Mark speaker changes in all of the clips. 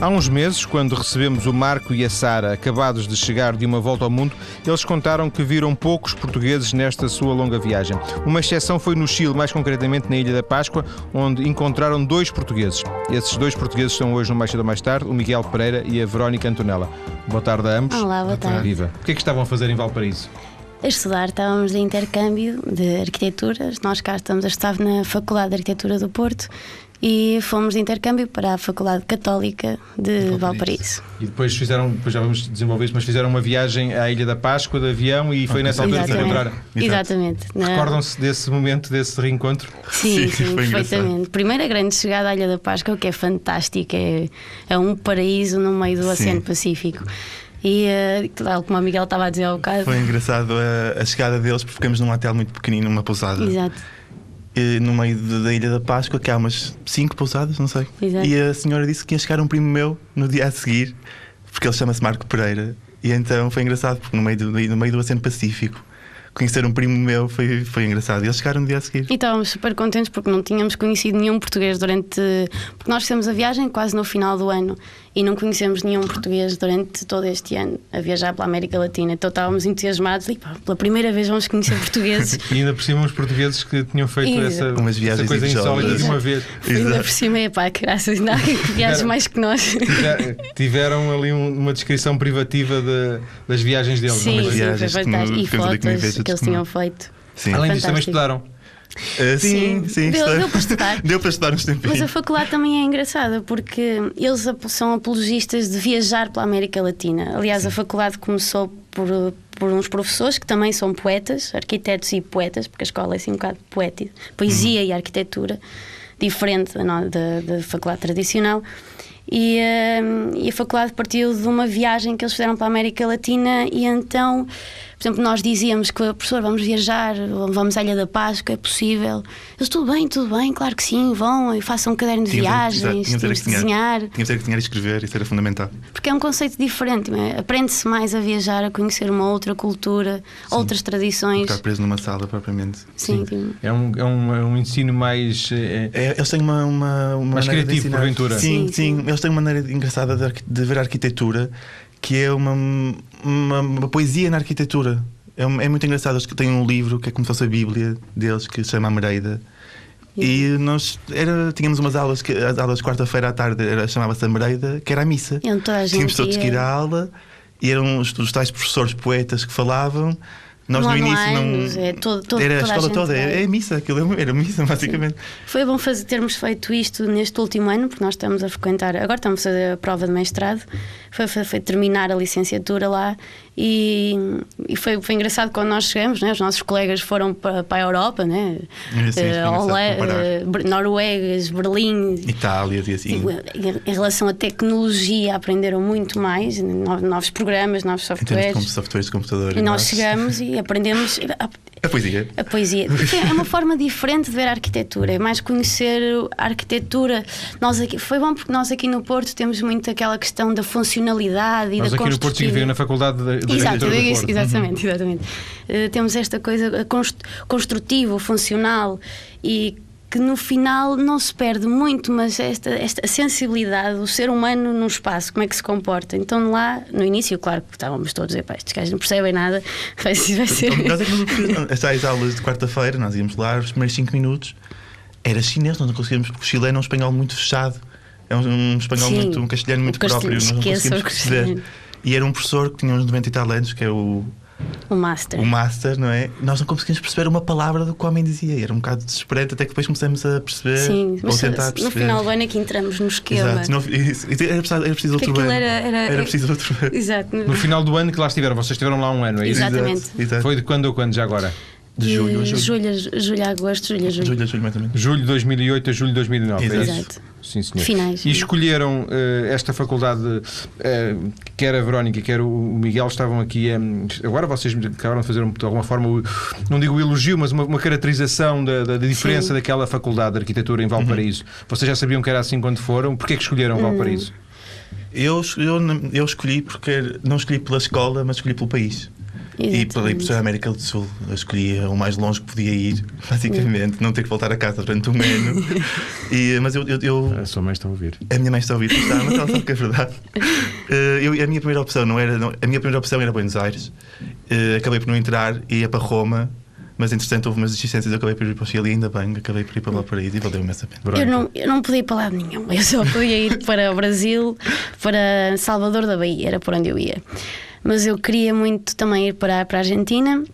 Speaker 1: Há uns meses, quando recebemos o Marco e a Sara, acabados de chegar de uma volta ao mundo, eles contaram que viram poucos portugueses nesta sua longa viagem. Uma exceção foi no Chile, mais concretamente na Ilha da Páscoa, onde encontraram dois portugueses. Esses dois portugueses são hoje no Mais Cedo ou Mais Tarde, o Miguel Pereira e a Verónica Antonella. Boa tarde a ambos.
Speaker 2: Olá, boa tarde.
Speaker 1: Viva. O que é que estavam a fazer em Valparaíso?
Speaker 2: A estudar, estávamos de intercâmbio de arquiteturas. Nós cá estamos a estudar na Faculdade de Arquitetura do Porto e fomos de intercâmbio para a Faculdade Católica de Valparaíso.
Speaker 1: E depois fizeram, depois já vamos desenvolver isso, mas fizeram uma viagem à Ilha da Páscoa de avião e foi nessa altura que se encontraram.
Speaker 2: Exatamente. Na-
Speaker 1: Recordam-se desse momento, desse reencontro?
Speaker 2: Sim,
Speaker 3: Sim,
Speaker 2: sim,
Speaker 3: foi engraçado.
Speaker 2: perfeitamente. Primeira grande chegada à Ilha da Páscoa, que é fantástica, é, é um paraíso no meio do
Speaker 3: Sim.
Speaker 2: Oceano Pacífico. E, eh, tal como a Miguel estava a dizer há bocado,
Speaker 3: Foi engraçado a, a chegada deles, porque ficamos num hotel muito pequenino, numa pousada.
Speaker 2: Exato.
Speaker 3: E no meio de- da Ilha da Páscoa, que há umas cinco pousadas, não sei.
Speaker 2: Exato.
Speaker 3: E a senhora disse que ia chegar um primo meu no dia a seguir, porque ele chama-se Marco Pereira. E então foi engraçado, porque no meio do, no meio do Oceano Pacífico, conhecer um primo meu foi, foi engraçado. E eles chegaram no dia a seguir.
Speaker 2: E estávamos super contentes porque não tínhamos conhecido nenhum português durante. Porque nós fizemos a viagem quase no final do ano e não conhecemos nenhum português durante todo este ano a viajar pela América Latina. Então estávamos entusiasmados e pá, pela primeira vez vamos conhecer portugueses.
Speaker 1: E ainda por cima, os portugueses que tinham feito
Speaker 2: Isso.
Speaker 1: essa,
Speaker 3: Umas
Speaker 1: essa
Speaker 3: viagens
Speaker 1: coisa
Speaker 3: exóticas.
Speaker 1: insólita de uma
Speaker 2: Exato.
Speaker 1: vez.
Speaker 2: Ainda
Speaker 3: Exato.
Speaker 2: por cima é pá, graças a Deus, que viajes mais que nós.
Speaker 1: Já eh, Tiveram ali um- uma descrição privativa de- das viagens deles.
Speaker 2: Sim,
Speaker 1: não é?
Speaker 2: sim, foi
Speaker 3: viagens que me-
Speaker 2: fantástico. E
Speaker 3: ficamos ali que me
Speaker 2: fotos
Speaker 3: vejo
Speaker 2: que eles
Speaker 3: de-
Speaker 2: tinham feito.
Speaker 3: Sim.
Speaker 1: Além disso,
Speaker 2: Fantástico.
Speaker 1: também estudaram.
Speaker 3: Ah, sim,
Speaker 2: Sim.
Speaker 3: sim,
Speaker 2: Deu-
Speaker 3: está-
Speaker 2: deu para estudar.
Speaker 3: deu para estudar uns tempinhos.
Speaker 2: Mas a faculdade também é engraçada porque eles ap- são apologistas de viajar pela América Latina. Aliás, a faculdade começou por, por uns professores que também são poetas, arquitetos e poetas, porque a escola é assim um bocado poética, poesia e arquitetura, diferente da, no- da, da faculdade tradicional. E, eh, e a faculdade partiu de uma viagem que eles fizeram para a América Latina e então, por exemplo, nós dizíamos que professor, vamos viajar, vamos à Ilha da Páscoa, é possível. Eles, tudo bem, tudo bem, claro que sim, vão e façam um caderno de
Speaker 3: Tínhamos- exato,
Speaker 2: viagens,
Speaker 3: tínhamos era
Speaker 2: temos
Speaker 3: que
Speaker 2: de desenhar,
Speaker 3: Tínhamos era que desenhar e escrever, isso era fundamental.
Speaker 2: porque é um conceito diferente, não é? aprende-se mais a viajar, a conhecer uma outra cultura, outras tradições.
Speaker 3: Ficar preso numa sala, propriamente.
Speaker 2: Sim, sim.
Speaker 1: É um, é um, é um ensino mais. eh,
Speaker 3: É, eles têm uma, uma, uma
Speaker 1: Mais
Speaker 3: maneira de
Speaker 1: criativo,
Speaker 3: ensinar.
Speaker 1: porventura.
Speaker 2: Sim,
Speaker 3: Sim, sim,
Speaker 2: sim.
Speaker 3: Eles têm uma maneira de- engraçada de, arqui- de ver a arquitetura que é uma, uma, uma poesia na arquitetura. É, um- é muito engraçado. Eles têm um livro que é como se fosse a Bíblia deles, que se chama A Mereida. E nós era, tínhamos umas aulas, que, as aulas de quarta-feira à tarde, era- chamava-se A Mereida, que era a missa.
Speaker 2: Iam toda a
Speaker 3: Tínhamos
Speaker 2: gente,
Speaker 3: todos que ir
Speaker 2: ia.
Speaker 3: à aula e eram os, os tais professores poetas que falavam. Nós
Speaker 2: Não há-
Speaker 3: no
Speaker 2: não há
Speaker 3: início
Speaker 2: anos,
Speaker 3: não.
Speaker 2: é todo- todo-
Speaker 3: era a
Speaker 2: toda a
Speaker 3: escola
Speaker 2: gente
Speaker 3: toda,
Speaker 2: vai.
Speaker 3: é, é missa, aquilo era missa, basicamente.
Speaker 2: Foi bom fazer, termos feito isto neste último ano, porque nós estamos a frequentar, agora estamos a fazer a prova de mestrado, foi, foi, foi terminar a licenciatura lá e, e foi, foi engraçado quando nós chegamos, né? os nossos colegas foram para, para a Europa, né?
Speaker 3: É, sim, foi
Speaker 2: Eh,
Speaker 3: engraçado
Speaker 2: Holé-
Speaker 3: comparar.
Speaker 2: eh, Ber- Noruegas, Berlim,
Speaker 3: Itália e assim.
Speaker 2: Tipo, em- em relação à tecnologia, aprenderam muito mais, no- novos programas, novos
Speaker 3: Em termos de
Speaker 2: softwares.
Speaker 3: como softwares de computador.
Speaker 2: E nós chegamos e aprendemos.
Speaker 3: A poesia.
Speaker 2: A poesia. Porque É uma forma diferente de ver a arquitetura, é mais conhecer a arquitetura. Nós aqui, foi bom porque nós aqui no Porto temos muito aquela questão da funcionalidade e
Speaker 1: nós
Speaker 2: da
Speaker 1: aqui no Porto
Speaker 2: construtividade.
Speaker 1: escrevemos na Faculdade de, de
Speaker 2: Exato,
Speaker 1: Arquitetura do
Speaker 2: ex-
Speaker 1: Porto. Uhum.
Speaker 2: exatamente, exatamente. Eh, temos esta coisa eh, const- construtiva, funcional e que no final não se perde muito, mas esta, esta sensibilidade, o ser humano num espaço, como é que se comporta. Então lá, no início, claro que estávamos todos, epá, estes gajos não percebem nada, vai, ser- vai ser.
Speaker 3: Nós é que nos- as tais aulas de quarta-feira, nós íamos lá, os primeiros 5 minutos, era chinês, nós não conseguíamos, porque o chileno é um espanhol muito fechado. É um, um espanhol
Speaker 2: Sim.
Speaker 3: muito, um castelhano
Speaker 2: O
Speaker 3: muito
Speaker 2: castelhano,
Speaker 3: próprio, nós não
Speaker 2: esqueça o
Speaker 3: conseguimos
Speaker 2: castelhano.
Speaker 3: perceber. E era um professor que tinha uns 90 e tal anos, que é o,
Speaker 2: O master.
Speaker 3: o master, não é? Nós não conseguíamos perceber uma palavra do que o homem dizia. E era um bocado desesperante, até que depois começamos a perceber.
Speaker 2: Sim,
Speaker 3: ou
Speaker 2: mas
Speaker 3: tentar
Speaker 2: no
Speaker 3: perceber.
Speaker 2: final do ano é que entramos no esquema.
Speaker 3: Exato. Não, isso- era, preciso, era preciso
Speaker 2: Porque
Speaker 3: outro
Speaker 2: aquilo
Speaker 3: ano.
Speaker 2: era- era-
Speaker 3: preciso outro ano.
Speaker 2: Exato.
Speaker 1: No final do ano que lá estiveram, vocês estiveram lá um ano, é isso?
Speaker 2: Exato. Exatamente.
Speaker 3: Exato, exato.
Speaker 1: Foi de quando a quando, já agora?
Speaker 3: De julho a julho.
Speaker 2: Julho, a- julho a agosto, julho a julho.
Speaker 3: Julho, é julho, mais ou menos.
Speaker 1: Julho de 2008 a julho de 2009.
Speaker 3: Exato.
Speaker 1: é isso?
Speaker 2: Exato.
Speaker 1: Sim, senhor.
Speaker 2: Finais,
Speaker 1: E
Speaker 2: sim.
Speaker 1: escolheram eh, esta faculdade, eh, quer a Verónica, quer o Miguel, estavam aqui. em- agora vocês me acabaram de fazer um- de alguma forma, o- não digo o elogio, mas uma, uma caracterização da, da- da diferença
Speaker 2: Sim. Uhum.
Speaker 1: daquela faculdade de arquitetura em Valparaíso. Vocês já sabiam que era assim quando foram? Porquê que escolheram
Speaker 2: Hum.
Speaker 1: Valparaíso?
Speaker 3: Eu, eu, eu escolhi porque não escolhi pela escola, mas escolhi pelo país. E
Speaker 2: Exatamente.
Speaker 3: pela para a América do Sul, eu escolhia o mais longe que podia ir, basicamente, não ter que voltar a casa durante um ano. E, mas eu, eu- eu-
Speaker 1: A sua mãe está a ouvir.
Speaker 3: a minha mãe está a ouvir, está, mas ela sabe que é verdade. Eh, eu- a minha primeira opção não era, não- a minha primeira opção era Buenos Aires. Eh, acabei por não entrar e ia para Roma, mas entretanto houve umas desistências, eu acabei por ir para o Chile, ainda bem, acabei por ir para Valparaíso e valeu-me essa pena.
Speaker 1: Verónica.
Speaker 2: Eu não, eu não podia ir para lado nenhum. Eu só podia ir para o Brasil, para Salvador da Bahia, era por onde eu ia. Mas eu queria muito também ir para, para a Argentina,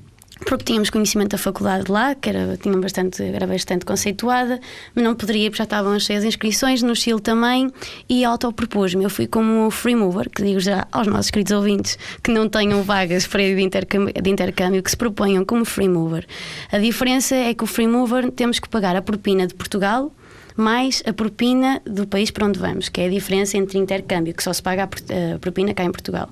Speaker 2: porque tínhamos conhecimento da faculdade lá, que era, tinha bastante, era bastante conceituada, mas não poderia ir porque já estavam cheias as inscrições, no Chile também, e autopropus-me. Eu fui como free mover, que digo já aos nossos queridos ouvintes que não tenham vagas para ir de intercâmbio, de intercâmbio que se proponham como free mover. A diferença é que o free mover temos que pagar a propina de Portugal mais a propina do país para onde vamos, que é a diferença entre intercâmbio, que só se paga a pro- eh, a propina cá em Portugal.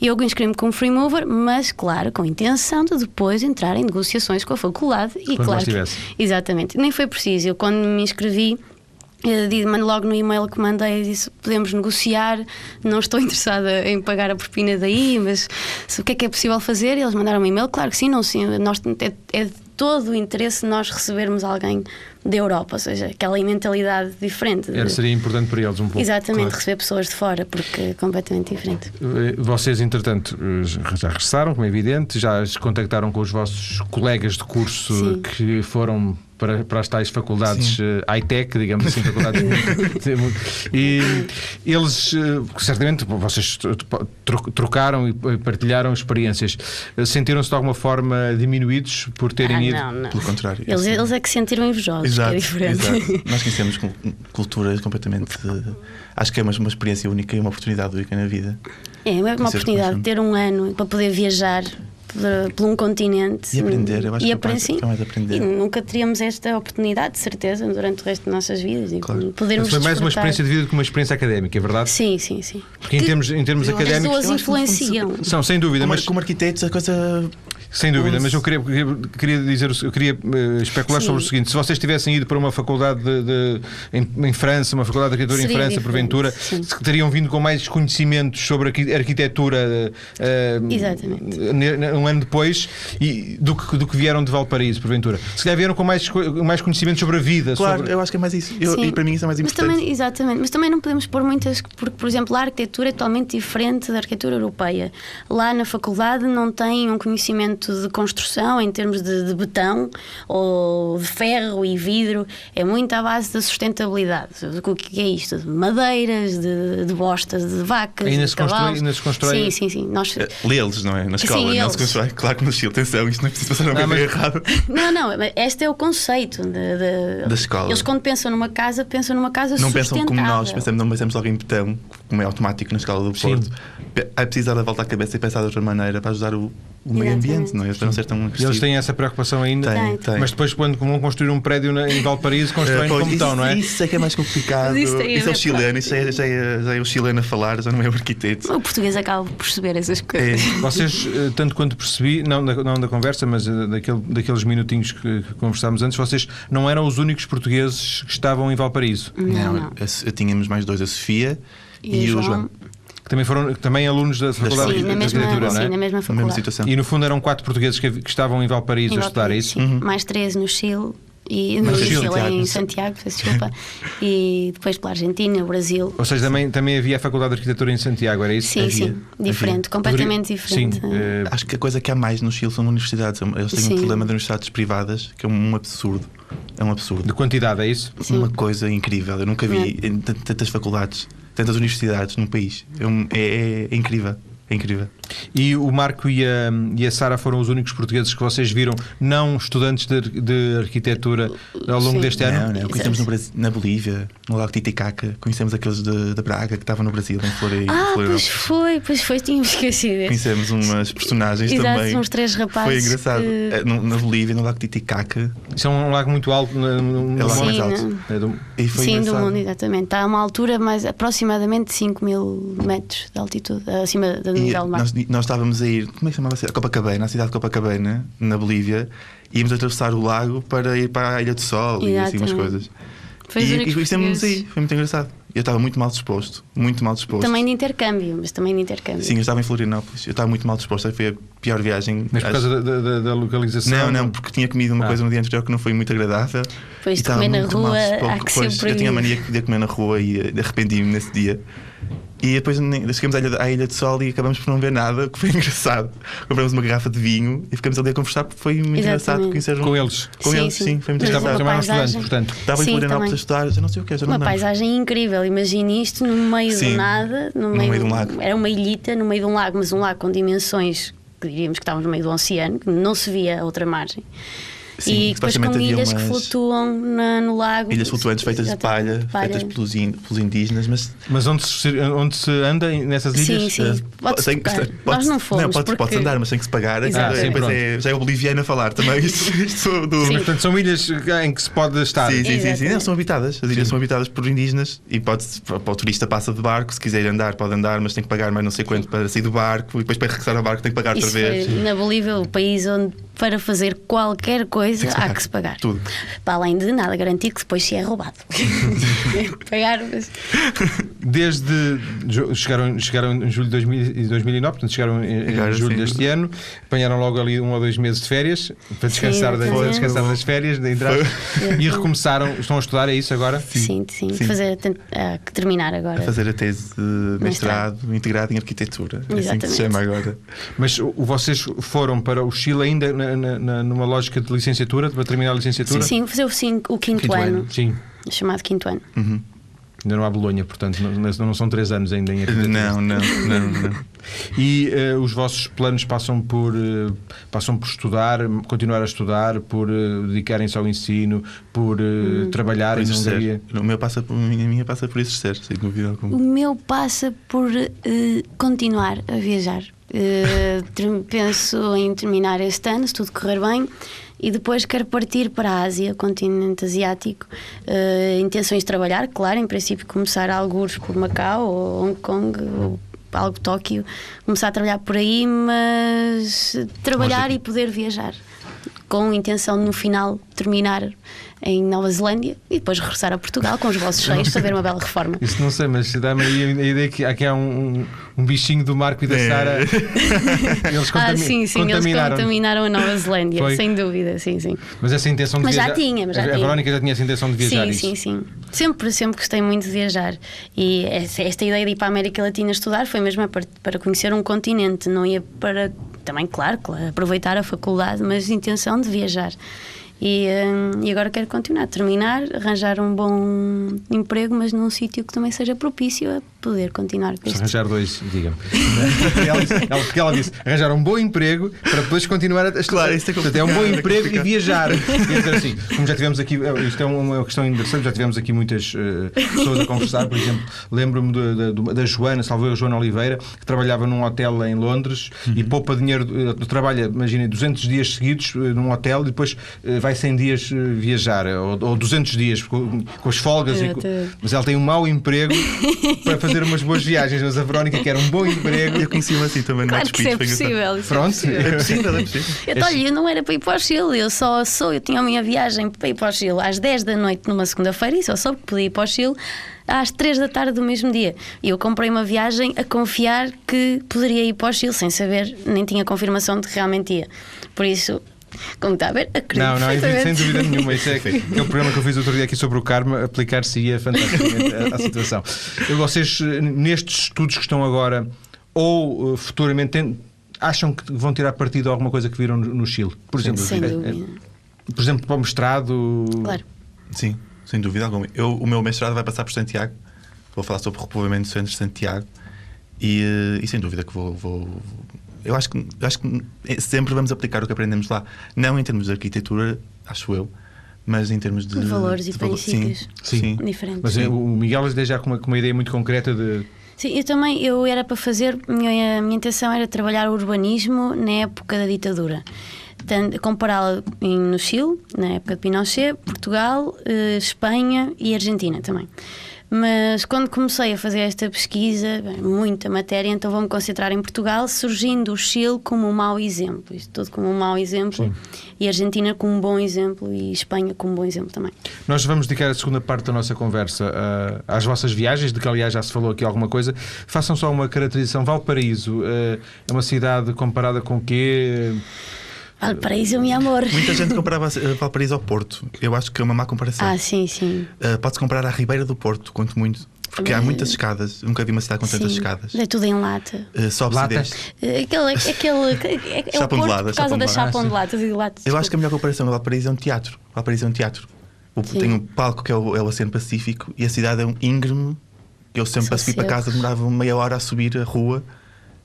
Speaker 2: Eu inscrevi-me como free mover, mas claro, com a intenção de depois entrar em negociações com a faculdade e
Speaker 1: Quando lá
Speaker 2: claro. que-
Speaker 1: estivesse.
Speaker 2: exatamente. Nem foi preciso. Eu quando me inscrevi, eh, di- mando logo no e-mail que mandei disse podemos negociar, não estou interessada em pagar a propina daí, mas se- o que é que é possível fazer? E eles mandaram um e-mail, claro que sim, não sim, nós é, é de todo o interesse nós recebermos alguém da Europa, ou seja, aquela mentalidade diferente. de-
Speaker 1: Era, seria importante para eles um pouco.
Speaker 2: exatamente,
Speaker 1: claro.
Speaker 2: receber pessoas de fora, porque é completamente diferente.
Speaker 1: Eh, Vocês, entretanto, eh, já regressaram, como é evidente, já se contactaram com os vossos colegas de curso
Speaker 2: Sim.
Speaker 1: que foram para, para as tais faculdades eh, high-tech, digamos assim, faculdades. e eles, eh, certamente, vocês tro- trocaram e eh, partilharam experiências. Eh, Sentiram-se de alguma forma diminuídos por terem
Speaker 2: Ah,
Speaker 1: ido.
Speaker 2: não, não.
Speaker 3: Pelo contrário.
Speaker 2: Eles, eles é que se sentiram invejosos, que é diferente.
Speaker 3: exato. Nós conhecemos cul- culturas completamente. eh, Acho que é uma, uma experiência única e uma oportunidade única na vida.
Speaker 2: É uma
Speaker 3: Conhecer
Speaker 2: oportunidade de ter um ano para poder viajar por, por um continente
Speaker 3: E aprender, eu acho
Speaker 2: E
Speaker 3: que é
Speaker 2: apre-
Speaker 3: mais-
Speaker 2: sim.
Speaker 3: é mais aprender.
Speaker 2: E nunca teríamos esta oportunidade, de certeza, durante o resto das nossas vidas. E
Speaker 3: Claro.
Speaker 2: podermos
Speaker 1: Foi mais uma
Speaker 2: desfrutar.
Speaker 1: experiência de vida do que uma experiência académica, é verdade?
Speaker 2: Sim, sim, sim.
Speaker 1: Porque em termos, em termos
Speaker 2: As
Speaker 1: académicos.
Speaker 2: duas influenciam.
Speaker 1: São, sem dúvida,
Speaker 3: Como, é
Speaker 1: mas
Speaker 3: como arquitetos, a coisa.
Speaker 1: Sem dúvida,
Speaker 3: Onze.
Speaker 1: mas eu queria, queria- queria dizer, o se- eu queria eh, especular
Speaker 2: Sim.
Speaker 1: sobre o seguinte: se vocês tivessem ido para uma faculdade de, de- em, em França, uma faculdade de arquitetura em
Speaker 2: Seria
Speaker 1: França,
Speaker 2: diferente,
Speaker 1: porventura,
Speaker 2: sim.
Speaker 1: se teriam vindo com mais conhecimentos sobre arqui- arquitetura eh,
Speaker 2: Exatamente.
Speaker 1: ne- ne- um ano depois e, do, que, do que vieram de Valparaíso, porventura. Se calhar vieram com mais, co- mais conhecimentos sobre a vida.
Speaker 3: Claro,
Speaker 1: sobre-
Speaker 3: eu acho que é mais isso. Eu-
Speaker 2: Sim.
Speaker 3: e para mim isso é mais
Speaker 2: Mas
Speaker 3: importante.
Speaker 2: também, exatamente, mas também não podemos pôr muitas, porque, por exemplo, a arquitetura é totalmente diferente da arquitetura europeia. Lá na faculdade não tem um conhecimento de construção em termos de, de betão ou de ferro e vidro, é muito à base da sustentabilidade. O que é isto? De madeiras, de, de bostas, de vacas.
Speaker 1: Ainda
Speaker 2: de
Speaker 1: se constrói-
Speaker 2: cavalos.
Speaker 1: ainda se constrói-
Speaker 2: Sim, sim, sim. Nós,
Speaker 3: Eh, Lê-los, não é? Na escola, não
Speaker 2: eles.
Speaker 3: se constrói. Claro que no Chile, atenção, isto não é preciso passar uma
Speaker 1: Não,
Speaker 3: coisa
Speaker 1: mas-
Speaker 3: errada.
Speaker 2: Não, não, mas este é o conceito de- de-
Speaker 3: Da escola.
Speaker 2: Eles quando pensam numa casa, pensam numa casa
Speaker 3: Não pensam
Speaker 2: sustentável.
Speaker 3: como nós, pensamos, não pensamos logo em betão, como é automático na escola do
Speaker 1: Sim.
Speaker 3: Porto. Pe- É preciso dar a volta à cabeça e pensar de outra maneira para ajudar o, o meio
Speaker 2: Exatamente.
Speaker 3: ambiente, não é? Para não ser tão
Speaker 1: E
Speaker 3: agressivo.
Speaker 1: eles têm essa preocupação ainda.
Speaker 3: Tem,
Speaker 2: Tem.
Speaker 3: tem.
Speaker 1: Mas depois, quando vão construir um prédio na- em Valparaíso, constroem
Speaker 3: Eh, pois,
Speaker 1: como estão,
Speaker 3: isso,
Speaker 1: não é?
Speaker 3: Isso é que é mais complicado.
Speaker 2: Mas isso
Speaker 3: Isso,
Speaker 2: tem a
Speaker 3: é o
Speaker 2: ver,
Speaker 3: chileno,
Speaker 2: claro.
Speaker 3: isso é, já, é, já é o chileno a falar, já não é o arquiteto.
Speaker 2: O português acaba por perceber essas
Speaker 3: É,
Speaker 2: coisas.
Speaker 1: Vocês, eh, tanto quanto percebi, não da, não da conversa, mas eh, daquele- daqueles minutinhos que, que conversámos antes, vocês não eram os únicos portugueses que estavam em Valparaíso,
Speaker 2: Não, não.
Speaker 3: a So- tínhamos mais dois, a Sofia e, o João.
Speaker 1: que também foram que também alunos da Faculdade
Speaker 2: Sim,
Speaker 1: de
Speaker 2: na mesma,
Speaker 1: Arquitetura,
Speaker 2: sim,
Speaker 1: não é?
Speaker 2: na mesma
Speaker 3: Na mesma
Speaker 2: faculdade.
Speaker 3: situação.
Speaker 1: E no fundo eram quatro portugueses que, que estavam em Valparaíso
Speaker 2: Em
Speaker 1: a estudar, é
Speaker 2: Valparaíso,
Speaker 1: isso?
Speaker 2: sim. Mais 13 no Chile. E no,
Speaker 1: Mas
Speaker 2: Chile,
Speaker 1: Chile,
Speaker 2: em
Speaker 3: Santiago.
Speaker 2: Santiago, peço desculpa. e depois pela Argentina, o Brasil.
Speaker 1: Ou seja, também, também havia a Faculdade de Arquitetura em Santiago, era isso?
Speaker 2: Sim, sim. Diferente, completamente diferente. é.
Speaker 1: Sim, eh,
Speaker 3: Acho que a coisa que há mais no Chile são universidades. Eles têm
Speaker 2: Sim.
Speaker 3: um problema de universidades privadas que é um absurdo. É um absurdo.
Speaker 1: de quantidade, é isso?
Speaker 3: Uma coisa incrível. Eu nunca vi
Speaker 2: É.
Speaker 3: em t- tantas faculdades, tantas universidades num país. É, um- é- é- é incrível. É incrível.
Speaker 1: E o Marco e a, e a Sara foram os únicos portugueses que vocês viram, não estudantes de, ar- de arquitetura, ao longo
Speaker 2: Sim.
Speaker 1: deste ano?
Speaker 3: não, não. Conhecemos no Brasil, na Bolívia, no Lago Titicaca. Conhecemos aqueles de, da Braga que estavam no Brasil, em Flore- em
Speaker 2: Ah,
Speaker 3: Florianópolis.
Speaker 2: pois foi, pois foi, tínhamos esquecido. esse.
Speaker 3: Conhecemos umas personagens
Speaker 2: Exato,
Speaker 3: também.
Speaker 2: uns três rapazes
Speaker 3: Foi engraçado.
Speaker 2: que-
Speaker 3: É, no- na Bolívia, no Lago Titicaca.
Speaker 1: Isso é um lago muito alto. na- no- no-
Speaker 3: É o lago
Speaker 2: Sim,
Speaker 3: mais alto.
Speaker 2: não.
Speaker 1: é do-
Speaker 3: E foi
Speaker 2: Sim, do
Speaker 3: engraçado.
Speaker 2: mundo, exatamente. Está a uma altura mais aproximadamente 5 mil metros de altitude, acima do
Speaker 3: E
Speaker 2: nível do mar.
Speaker 3: nós, nós estávamos a ir, como é que chamava a Copacabana, a cidade de Copacabana, na Bolívia, e íamos atravessar o lago para ir para a Ilha do Sol e assim umas
Speaker 2: Exatamente.
Speaker 3: coisas.
Speaker 2: Foi os
Speaker 3: e
Speaker 2: únicos
Speaker 3: e é conhecemos
Speaker 2: portugueses.
Speaker 3: aí, foi muito engraçado. Eu estava muito mal disposto, muito mal disposto.
Speaker 2: Também de intercâmbio, mas também de intercâmbio.
Speaker 3: assim. Sim, eu estava em Florianópolis, eu estava muito mal disposto, foi a pior viagem.
Speaker 1: Mas por
Speaker 3: acho.
Speaker 1: causa da, da- da localização.
Speaker 3: Não, não, porque tinha comido uma
Speaker 1: Ah.
Speaker 3: coisa no dia anterior que não foi muito agradável.
Speaker 2: Pois,
Speaker 3: E estava
Speaker 2: comer na
Speaker 3: muito mal
Speaker 2: rua
Speaker 3: disposto.
Speaker 2: há um que ser
Speaker 3: Pois, Eu tinha
Speaker 2: proibido.
Speaker 3: a mania de comer na rua e eh, arrependi-me nesse dia. E depois nem- chegamos à Ilha, à Ilha de Sol e acabamos por não ver nada, o que foi engraçado. Compramos uma garrafa de vinho e ficamos ali a conversar porque foi muito engraçado
Speaker 2: Exatamente.
Speaker 3: conhecer um-
Speaker 1: Com eles.
Speaker 3: Com
Speaker 2: Sim,
Speaker 3: eles,
Speaker 2: sim.
Speaker 3: sim, foi muito
Speaker 2: Mas
Speaker 1: Estava
Speaker 2: é
Speaker 1: a
Speaker 2: uma
Speaker 3: engraçado. um
Speaker 1: chamar estudantes,
Speaker 2: paisagem.
Speaker 1: portanto.
Speaker 3: Estava em
Speaker 2: Sim,
Speaker 3: Florianópolis
Speaker 2: também.
Speaker 3: a estudar, já não sei o que, é, já não
Speaker 2: Uma
Speaker 3: me lembro.
Speaker 2: paisagem incrível, imagine isto no meio
Speaker 3: Sim,
Speaker 2: do nada, no, meio,
Speaker 3: meio de um lago.
Speaker 2: Era uma ilhita no meio de um lago, mas um lago com dimensões que diríamos que estávamos no meio do oceano, que não se via a outra margem.
Speaker 3: Sim,
Speaker 2: e depois com
Speaker 3: supostamente havia
Speaker 2: ilhas
Speaker 3: umas-
Speaker 2: que flutuam na- no lago.
Speaker 3: Ilhas flutuantes feitas de palha,
Speaker 2: Exatamente,
Speaker 3: feitas pelos, in- pelos indígenas, mas
Speaker 1: Mas onde se, onde se anda nessas
Speaker 2: Sim,
Speaker 1: ilhas? É.
Speaker 2: sim.
Speaker 3: eh,
Speaker 2: Podes
Speaker 3: tem-
Speaker 2: tocar.
Speaker 3: tem-
Speaker 2: Nós
Speaker 3: pode-
Speaker 2: não fomos.
Speaker 3: pode,
Speaker 2: porque...
Speaker 3: pode andar, mas tem que se pagar. Aquilo
Speaker 2: Exato.
Speaker 3: é-
Speaker 2: Ah, sim,
Speaker 3: depois
Speaker 1: pronto.
Speaker 3: é- já é o boliviano a falar também. Isto, isto do,
Speaker 1: Mas, portanto, são ilhas em que se pode estar.
Speaker 3: Sim, sim, sim, sim.
Speaker 2: Exatamente.
Speaker 3: Não, são habitadas. As ilhas são habitadas por indígenas e pode, o turista passa de barco, se quiser andar, pode andar, mas tem que pagar mais não sei quanto para sair do barco e depois para regressar ao barco tem que pagar
Speaker 2: Isso é-
Speaker 3: outra vez.
Speaker 2: foi na Bolívia, o país onde para fazer qualquer coisa
Speaker 3: Tem que se
Speaker 2: há
Speaker 3: pagar.
Speaker 2: que se pagar.
Speaker 3: Tudo.
Speaker 2: Para além de nada garantir que depois se é roubado. pagar, mas.
Speaker 1: Desde jo- chegaram, chegaram em julho de 2000 e 2009, portanto chegaram em, em
Speaker 3: Chegaram,
Speaker 1: julho
Speaker 3: sim.
Speaker 1: deste ano, apanharam logo ali um ou dois meses de férias para descansar, das,
Speaker 2: exatamente.
Speaker 1: descansar das férias, de entrar e recomeçaram. Estão a estudar, é isso agora?
Speaker 2: Sim, sim.
Speaker 3: sim.
Speaker 2: Fazer, tent- ah, que terminar agora.
Speaker 3: A fazer a tese de
Speaker 2: Mestrado.
Speaker 3: mestrado integrado em arquitetura. É assim que se
Speaker 2: Exatamente.
Speaker 3: chama agora.
Speaker 1: Mas o- vocês foram para o Chile ainda na- na- na- numa lógica de licenciatura, para terminar a licenciatura?
Speaker 2: Sim, fazer o, cinco, o quinto,
Speaker 3: Quinto
Speaker 2: ano,
Speaker 3: ano.
Speaker 1: Sim.
Speaker 2: chamado quinto ano.
Speaker 1: Ainda não há Bolonha, portanto, não, não são três anos ainda em arquitetura.
Speaker 3: Não, não, não, não.
Speaker 1: E eh, os vossos planos passam por eh, passam por estudar, continuar a estudar, por eh, dedicarem-se ao ensino, por eh,
Speaker 2: Hum.
Speaker 1: trabalhar
Speaker 3: Por
Speaker 1: em
Speaker 3: exercer.
Speaker 1: Hungria.
Speaker 3: O meu passa por, a minha passa por exercer, sem dúvida alguma.
Speaker 2: O meu passa por eh, continuar a viajar. Eh, ter- penso em terminar este ano, se tudo correr bem, e depois quero partir para a Ásia, continente asiático. Eh, intenções de trabalhar, claro, em princípio começar alguns por Macau ou Hong Kong. Ou Algo Tóquio, começar a trabalhar por aí, mas trabalhar e poder viajar, com intenção de no final terminar em Nova Zelândia e depois regressar a Portugal com os vossos cheios, fazer uma bela reforma.
Speaker 1: Isso não sei, mas dá-me aí a ideia que aqui há um, um- um bichinho do Marco e da
Speaker 3: É.
Speaker 1: Sara. Eles
Speaker 2: Ah,
Speaker 1: contami-
Speaker 2: sim, sim, eles contaminaram a Nova Zelândia,
Speaker 1: Foi.
Speaker 2: sem dúvida, sim, sim.
Speaker 1: Mas essa intenção de
Speaker 2: Mas já
Speaker 1: viajar.
Speaker 2: tinha, mas já
Speaker 1: a, a
Speaker 2: tinha.
Speaker 1: Verónica já tinha essa intenção de viajar.
Speaker 2: sim,
Speaker 1: isso.
Speaker 2: sim, sim. Sempre, sempre gostei muito de viajar. E essa- esta ideia de ir para a América Latina estudar foi mesmo para, para conhecer um continente, não ia para. Também, claro, claro, aproveitar a faculdade, mas intenção de viajar. E, hum, e agora quero continuar, terminar, arranjar um bom emprego, mas num sítio que também seja propício a poder continuar com
Speaker 1: Se
Speaker 2: isto.
Speaker 1: arranjar dois, diga-me. ela, ela- porque ela disse: arranjar um bom emprego para depois continuar a estudar.
Speaker 3: Claro, isso é
Speaker 1: Portanto, é um bom
Speaker 3: complicado, é
Speaker 1: emprego e
Speaker 3: complicado.
Speaker 1: viajar. Quer dizer assim, como já tivemos aqui, eh, isto é uma questão interessante, já tivemos aqui muitas eh, pessoas a conversar, por exemplo, lembro-me de- de- de- da Joana, salvo eu, Joana Oliveira, que trabalhava num hotel em Londres
Speaker 3: Uhum.
Speaker 1: e poupa dinheiro, eh, trabalha, imaginem, 200 dias seguidos eh, num hotel e depois eh, vai 100 dias eh, viajar, eh, ou, ou 200 dias, com, com as folgas.
Speaker 3: É,
Speaker 1: e com-
Speaker 2: Exatamente.
Speaker 1: mas ela tem um mau emprego para fazer umas boas viagens. Mas a Verónica quer um bom
Speaker 3: Eu
Speaker 1: emprego.
Speaker 3: conheci-me assim também,
Speaker 2: Claro
Speaker 3: no
Speaker 2: que isso é
Speaker 3: Machu Picchu, foi
Speaker 2: possível. isso é
Speaker 1: Pronto.
Speaker 2: possível.
Speaker 3: engraçado. É possível, é possível.
Speaker 2: Eu, tô, olha, eu não era para ir para o Chile, eu só sou, eu tinha a minha viagem para ir para o Chile às 10 da noite numa segunda-feira e só soube que podia ir para o Chile às 3 da tarde do mesmo dia. E eu comprei uma viagem a confiar que poderia ir para o Chile sem saber, nem tinha confirmação de que realmente ia. Por isso, como está a ver, acredito.
Speaker 1: Não, não,
Speaker 2: perfeitamente.
Speaker 1: sem dúvida nenhuma. Isso é, é o programa que eu fiz outro dia aqui sobre o karma, aplicar-se-ia fantasticamente à, à situação. Vocês, eh, nestes estudos que estão agora, ou eh, futuramente, ten- acham que vão tirar partido de alguma coisa que viram no, no Chile? Por exemplo,
Speaker 2: Sem
Speaker 1: eh,
Speaker 2: dúvida.
Speaker 1: eh, por exemplo, para o mestrado.
Speaker 2: Claro.
Speaker 3: Sim, sem dúvida alguma. Eu, o meu mestrado vai passar por Santiago. Vou falar sobre o repovoamento do centro de Santiago. E, eh, e sem dúvida que vou. vou- eu acho que, acho que eh, sempre vamos aplicar o que aprendemos lá. Não em termos de arquitetura, acho eu, mas em termos de.
Speaker 2: De valores e
Speaker 3: de valo-
Speaker 2: princípios.
Speaker 3: Sim, sim.
Speaker 2: Diferentes.
Speaker 1: Mas eh, o Miguel já já com uma, com uma ideia muito concreta de.
Speaker 2: Sim, eu também, eu era para fazer, minha, a minha intenção era trabalhar o urbanismo na época da ditadura. Tan- Compará-la em- no Chile, na época de Pinochet, Portugal, eh, Espanha e Argentina também. Mas quando comecei a fazer esta pesquisa, bem, muita matéria, então vou-me concentrar em Portugal, surgindo o Chile como um mau exemplo, isto tudo como um mau exemplo, e a Argentina como um bom exemplo, e Espanha como um bom exemplo também.
Speaker 1: Nós vamos dedicar a segunda parte da nossa conversa ah, às vossas viagens, de que aliás já se falou aqui alguma coisa. Façam só uma caracterização. Valparaíso ah, é uma cidade comparada com o quê?
Speaker 2: Valparaíso, meu amor.
Speaker 3: Muita gente comparava eh, Valparaíso ao Porto. Eu acho que é uma má comparação.
Speaker 2: Ah, sim, sim.
Speaker 3: Eh, Pode-se comparar à Ribeira do Porto, quanto muito. Porque há muitas escadas. Eu Nunca vi uma cidade com tantas
Speaker 2: sim.
Speaker 3: escadas.
Speaker 2: É tudo em lata.
Speaker 3: Eh, Sobe-se e
Speaker 1: Lata?
Speaker 3: desce.
Speaker 2: Aquele, aquele, é o
Speaker 3: Chapa
Speaker 2: Porto
Speaker 3: de lata,
Speaker 2: por causa
Speaker 3: chapa
Speaker 2: da
Speaker 3: de lata.
Speaker 2: chapa de latas e de latas.
Speaker 3: Eu acho que a melhor comparação do Valparaíso é um teatro. Valparaíso é um teatro. O,
Speaker 2: Sim.
Speaker 3: tem um palco que é o, é o Oceano Pacífico e a cidade é um íngreme. Eu sempre
Speaker 2: Só
Speaker 3: para subir para
Speaker 2: cerro.
Speaker 3: casa demorava meia hora a subir a rua,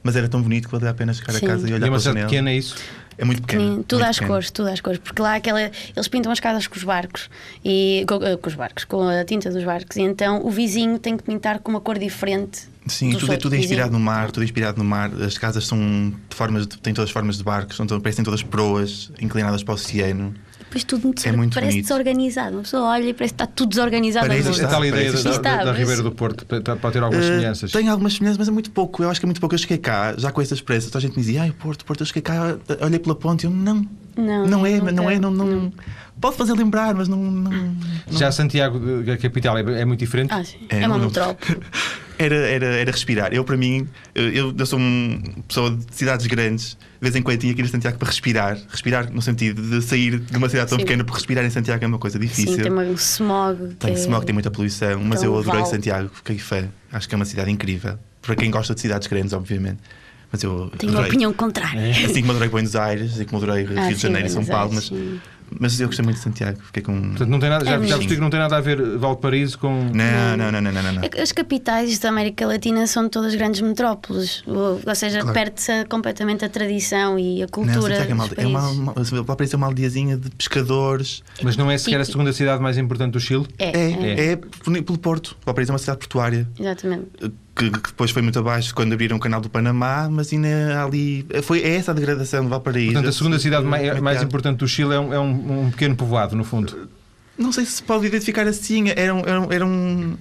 Speaker 3: mas era tão bonito que valia a pena chegar
Speaker 2: Sim.
Speaker 3: a casa e
Speaker 1: E
Speaker 3: olhar
Speaker 1: é
Speaker 3: para
Speaker 1: uma
Speaker 3: a
Speaker 1: cidade
Speaker 3: janela.
Speaker 1: pequena, é isso?
Speaker 3: É muito pequeno.
Speaker 2: Sim, tudo
Speaker 3: muito
Speaker 2: às
Speaker 3: pequeno.
Speaker 2: cores, tudo às cores, porque lá aquela, eles pintam as casas com os barcos e com, eh, com os barcos, com a tinta dos barcos, e então o vizinho tem que pintar com uma cor diferente.
Speaker 3: Sim,
Speaker 2: do
Speaker 3: tudo, é-
Speaker 2: outro
Speaker 3: tudo é inspirado no
Speaker 2: vizinho.
Speaker 3: mar, tudo é inspirado no mar. As casas são de formas de- têm todas as formas de barcos, são, to- parecem todas proas inclinadas para o oceano.
Speaker 2: Depois tudo
Speaker 3: É muito
Speaker 2: parece
Speaker 3: bonito.
Speaker 2: desorganizado. Uma pessoa olha e parece que está tudo desorganizado
Speaker 3: Parece
Speaker 2: ao
Speaker 3: que
Speaker 1: É
Speaker 2: mundo.
Speaker 1: tal a ideia
Speaker 3: parece
Speaker 1: da,
Speaker 2: que
Speaker 1: da-
Speaker 2: está,
Speaker 1: da
Speaker 2: mas-
Speaker 1: Ribeira do Porto. P- tá- Pode ter algumas
Speaker 3: Eh,
Speaker 1: semelhanças.
Speaker 3: Tem algumas semelhanças, mas é muito pouco. Eu acho que é muito pouco. Eu cheguei cá, já com estas pressas, toda a gente me dizia, ai, Porto, Porto, eu cheguei cá, eh, olhei pela ponte, eu não.
Speaker 2: Não,
Speaker 3: não é,
Speaker 2: nunca.
Speaker 3: não é, não, não. Pode fazer lembrar, mas não. não- não-
Speaker 1: Já Santiago, de- da capital, é, é muito diferente.
Speaker 2: Ah, sim.
Speaker 3: É,
Speaker 2: É, uma
Speaker 3: não-
Speaker 2: metrópole.
Speaker 3: Era, era, era respirar. Eu, para mim, eu, eu sou uma pessoa de cidades grandes. De vez em quando tinha que ir a Santiago para respirar. Respirar no sentido de sair de uma cidade tão
Speaker 2: Sim.
Speaker 3: pequena, porque respirar em Santiago é uma coisa difícil.
Speaker 2: Sim, tem uma- um smog.
Speaker 3: Tem
Speaker 2: que é-
Speaker 3: smog, tem muita poluição, mas
Speaker 2: Então,
Speaker 3: eu adorei
Speaker 2: vale.
Speaker 3: Santiago, fiquei fã. Acho que é uma cidade incrível. Para quem gosta de cidades grandes, obviamente. Mas eu
Speaker 2: Tenho uma
Speaker 3: adorei.
Speaker 2: opinião contrária.
Speaker 3: Assim como adorei Buenos Aires, assim como adorei Rio
Speaker 2: Ah,
Speaker 3: de
Speaker 2: sim,
Speaker 3: Janeiro e São
Speaker 2: Buenos
Speaker 3: Paulo,
Speaker 2: Aires,
Speaker 3: mas,
Speaker 2: sim.
Speaker 3: mas eu gostei muito de Santiago. Fiquei com.
Speaker 1: Portanto, não tem nada,
Speaker 2: É
Speaker 1: já, já
Speaker 2: mesmo.
Speaker 1: percebi que não tem nada a ver Valparaíso com.
Speaker 3: Não, não, não, não, não, não. não.
Speaker 2: É As capitais da América Latina são todas grandes metrópoles, ou, ou seja,
Speaker 3: Claro.
Speaker 2: perde-se completamente a tradição e a
Speaker 3: Não,
Speaker 2: cultura.
Speaker 3: Santiago é uma,
Speaker 2: dos
Speaker 3: é uma,
Speaker 2: países.
Speaker 3: uma, lá parece uma aldeazinha de pescadores.
Speaker 1: Mas não é sequer a segunda cidade mais importante do Chile?
Speaker 2: É,
Speaker 3: É,
Speaker 2: é,
Speaker 3: é, por- pelo Porto. Lá parece uma cidade portuária.
Speaker 2: exatamente.
Speaker 3: que, que depois foi muito abaixo quando abriram o canal do Panamá, mas ainda há ali. Foi é essa a degradação de Valparaíso.
Speaker 1: Portanto, a segunda cidade mai- mais,
Speaker 3: Muito Eh, caro.
Speaker 1: importante do Chile é um, é um- um pequeno povoado, no fundo.
Speaker 3: Não sei se pode identificar assim. Era um. Era um, era um-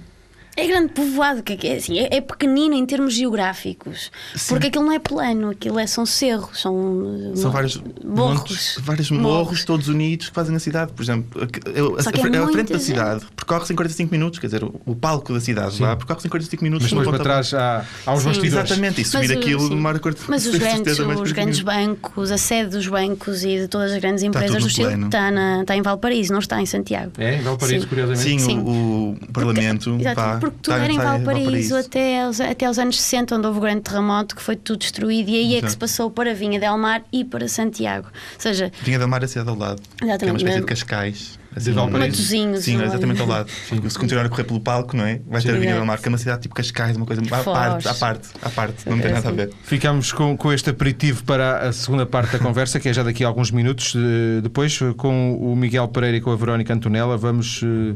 Speaker 2: É grande povoado, que que é, assim, é, é pequenino em termos geográficos,
Speaker 3: Sim.
Speaker 2: porque aquilo não é plano, aquilo é, são cerros, são,
Speaker 3: são
Speaker 2: mo-
Speaker 3: vários
Speaker 2: morros.
Speaker 3: vários morros, todos unidos que fazem a cidade. Por exemplo, a- a, a-
Speaker 2: Só que é
Speaker 3: a
Speaker 2: muita
Speaker 3: frente da
Speaker 2: gente.
Speaker 3: cidade percorre-se em 45 minutos. Quer dizer, o, o palco da cidade lá percorre-se em 45 minutos.
Speaker 1: Mas
Speaker 3: de um
Speaker 1: depois para
Speaker 3: ponto a
Speaker 1: trás há, há uns
Speaker 2: Sim.
Speaker 1: bastidores.
Speaker 3: Exatamente, e subir
Speaker 2: o-
Speaker 3: aquilo
Speaker 2: sim.
Speaker 3: demora 45
Speaker 2: Mas os grandes, os grandes
Speaker 3: minutos.
Speaker 2: bancos, a sede dos bancos e de todas as grandes
Speaker 3: tudo
Speaker 2: empresas
Speaker 3: no
Speaker 2: do Chile
Speaker 3: plano.
Speaker 2: está, na- está em Valparaíso, não está em Santiago.
Speaker 1: É, em Valparaíso,
Speaker 2: Sim.
Speaker 1: curiosamente.
Speaker 3: Sim,
Speaker 2: Sim.
Speaker 3: O, o Parlamento.
Speaker 2: Exato,
Speaker 3: pá,
Speaker 2: porque tudo
Speaker 3: tá-
Speaker 2: era em
Speaker 3: tá
Speaker 2: Valparaíso até aos, até aos anos 60, onde houve o grande terremoto, que foi tudo destruído, e aí é que
Speaker 3: Exato.
Speaker 2: se passou para Vinha Del Mar e para Santiago. Ou seja,
Speaker 3: Vinha da Mar a cidade ao lado.
Speaker 2: Exatamente.
Speaker 3: Que é uma espécie de Cascais. assim,
Speaker 1: De Valparaíso.
Speaker 2: Matosinhos,
Speaker 3: Sim,
Speaker 2: não é?
Speaker 3: exatamente ao lado. Se continuar a correr pelo palco, não é? Vai ter a Vinha
Speaker 2: Exato.
Speaker 3: da Mar, que é uma cidade tipo Cascais, uma coisa à
Speaker 2: Foz.
Speaker 3: parte, à parte, à parte. Não tem nada a ver.
Speaker 1: Ficamos com, com este aperitivo para a segunda parte da conversa, que é já daqui a alguns minutos. Eh, Depois, eh, com o Miguel Pereira e com a Verónica Antonella, vamos eh,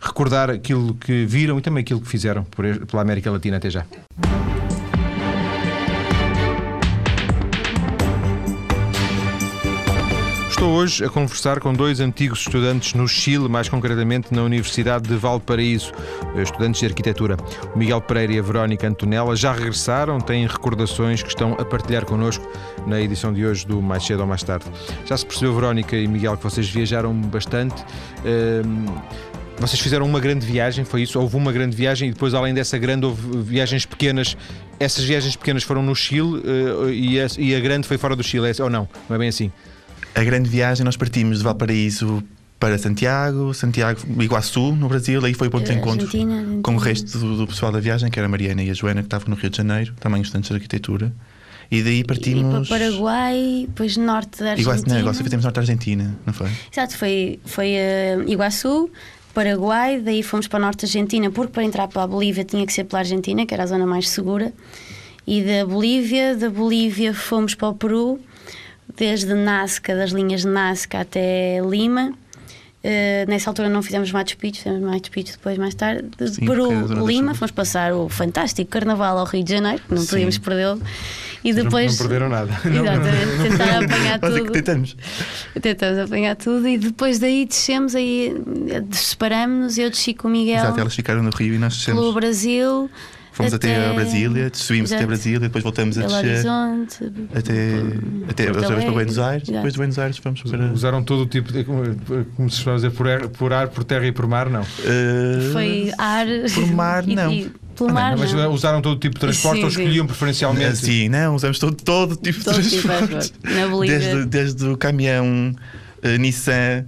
Speaker 1: recordar aquilo que viram e também aquilo que fizeram por e- pela América Latina. Até já. Estou hoje a conversar com dois antigos estudantes no Chile, mais concretamente na Universidade de Valparaíso, eh, estudantes de arquitetura. O Miguel Pereira e a Verónica Antonella já regressaram, têm recordações que estão a partilhar connosco na edição de hoje do Mais Cedo ou Mais Tarde. Já se percebeu, Verónica e Miguel, que vocês viajaram bastante. Ehm, vocês fizeram uma grande viagem, foi isso? Houve uma grande viagem e depois, além dessa grande, houve viagens pequenas. Essas viagens pequenas foram no Chile eh, e, a, e a grande foi fora do Chile, é- ou não? Não é bem assim?
Speaker 3: A grande viagem, nós partimos de Valparaíso para Santiago, Santiago, Iguaçu, no Brasil, aí foi o ponto de
Speaker 2: Eh,
Speaker 3: encontro
Speaker 2: Argentina, Argentina.
Speaker 3: com o resto do, do pessoal da viagem, que era a Mariana e a Joana, que estavam no Rio de Janeiro, também estudantes de arquitetura. E daí
Speaker 2: e para
Speaker 3: partimos.
Speaker 2: Paraguai, depois norte da
Speaker 3: Iguaçu, não,
Speaker 2: Argentina.
Speaker 3: Iguaçu fizemos norte da Argentina, não foi?
Speaker 2: Exato, foi, foi eh, Iguaçu, Paraguai, daí fomos para o norte da Argentina, porque para entrar para a Bolívia tinha que ser pela Argentina, que era a zona mais segura. E da Bolívia, da Bolívia fomos para o Peru, desde Nazca, das linhas de Nazca até Lima. Eh, nessa altura não fizemos Machu Picchu, fizemos Machu Picchu depois, mais tarde. De
Speaker 3: Sim, porque é a
Speaker 2: Peru,
Speaker 3: zona da
Speaker 2: Lima,
Speaker 3: chuva.
Speaker 2: fomos passar o fantástico Carnaval ao Rio de Janeiro, que não
Speaker 3: Sim.
Speaker 2: podíamos perdê-lo. E depois.
Speaker 1: Não, não perderam nada.
Speaker 2: Exatamente, tentar apanhar
Speaker 3: Nós é
Speaker 2: tudo.
Speaker 3: que tentamos.
Speaker 2: Tentamos apanhar tudo e depois daí descemos, aí eh, separamos-nos, eu desci com o Miguel
Speaker 3: Exato, elas ficaram no Rio e nós
Speaker 2: pelo
Speaker 3: descemos.
Speaker 2: Brasil.
Speaker 3: Fomos até, a Brasília, subimos até
Speaker 2: Exato.
Speaker 3: a Brasília, depois voltamos a
Speaker 2: Belo
Speaker 3: descer.
Speaker 2: Horizonte.
Speaker 3: Até, até outra vez para
Speaker 2: Alegre.
Speaker 3: Buenos Aires, depois de Buenos Aires fomos para.
Speaker 1: Usaram todo o tipo de. Como, como se chama dizer, por ar, por ar, por terra e por mar, não.
Speaker 3: eh,
Speaker 2: Foi ar.
Speaker 3: Por mar,
Speaker 2: e-
Speaker 3: não.
Speaker 2: e- pelo mar,
Speaker 1: Mas
Speaker 2: Ah,
Speaker 3: é
Speaker 2: não.
Speaker 1: usaram todo o tipo de transporte
Speaker 2: Sim,
Speaker 1: ou
Speaker 2: sim.
Speaker 1: escolhiam preferencialmente.
Speaker 3: Sim, não, usamos né? todo, todo tipo
Speaker 2: Todo
Speaker 3: de
Speaker 2: tipo de
Speaker 3: transporte.
Speaker 2: transporte. Na Bolívia.
Speaker 3: Desde, desde o caminhão eh, Nissan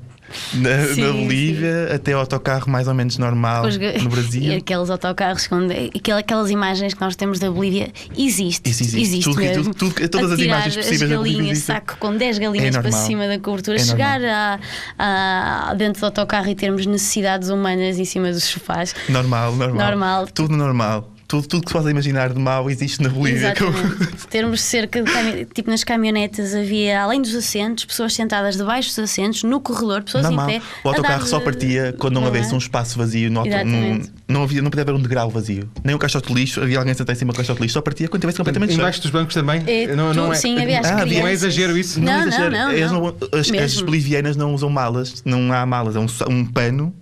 Speaker 3: na,
Speaker 2: Sim,
Speaker 3: na Bolívia até o autocarro mais ou menos normal
Speaker 2: Os ga-
Speaker 3: no
Speaker 2: E
Speaker 3: Brasil.
Speaker 2: aqueles autocarros, com, aquel- aquelas imagens que nós temos da Bolívia, existe.
Speaker 3: Isso existe. Tudo que-
Speaker 2: mesmo.
Speaker 3: tudo- tudo- todas as
Speaker 2: Atirar
Speaker 3: imagens possíveis
Speaker 2: as
Speaker 3: da Bolívia
Speaker 2: galinhas,
Speaker 3: existem.
Speaker 2: saco com 10 galinhas para
Speaker 3: normal.
Speaker 2: cima da cobertura,
Speaker 3: É
Speaker 2: chegar a, a- dentro do autocarro e termos necessidades humanas em cima dos sofás.
Speaker 3: Normal, normal.
Speaker 2: Normal.
Speaker 3: Tudo normal. Tudo, tudo que se pode imaginar de mal existe na Bolívia.
Speaker 2: Exatamente. Termos cerca de cami- tipo nas caminhonetas havia, além dos assentos, pessoas sentadas debaixo dos assentos, no corredor, pessoas
Speaker 3: Não
Speaker 2: em
Speaker 3: mal.
Speaker 2: pé.
Speaker 3: O
Speaker 2: a
Speaker 3: autocarro
Speaker 2: dar-
Speaker 3: só partia quando não,
Speaker 2: Não é?
Speaker 3: houvesse um espaço vazio. No auto, num,
Speaker 2: Exatamente.
Speaker 3: não, havia, não podia haver um degrau vazio. Nem um caixote de lixo. Havia alguém sentado em cima do caixote de lixo. Só partia quando tivesse completamente cheio.
Speaker 1: Embaixo dos bancos também?
Speaker 2: É,
Speaker 1: não, não
Speaker 2: tudo,
Speaker 1: é,
Speaker 2: sim, havia as
Speaker 3: Ah, havia-
Speaker 2: crianças.
Speaker 1: não é exagero isso?
Speaker 2: Não, não,
Speaker 3: exagero.
Speaker 2: não,
Speaker 3: Eles
Speaker 2: não.
Speaker 3: as, as
Speaker 2: Mesmo.
Speaker 3: bolivianas não usam malas, não há malas, é um, sa- um pano,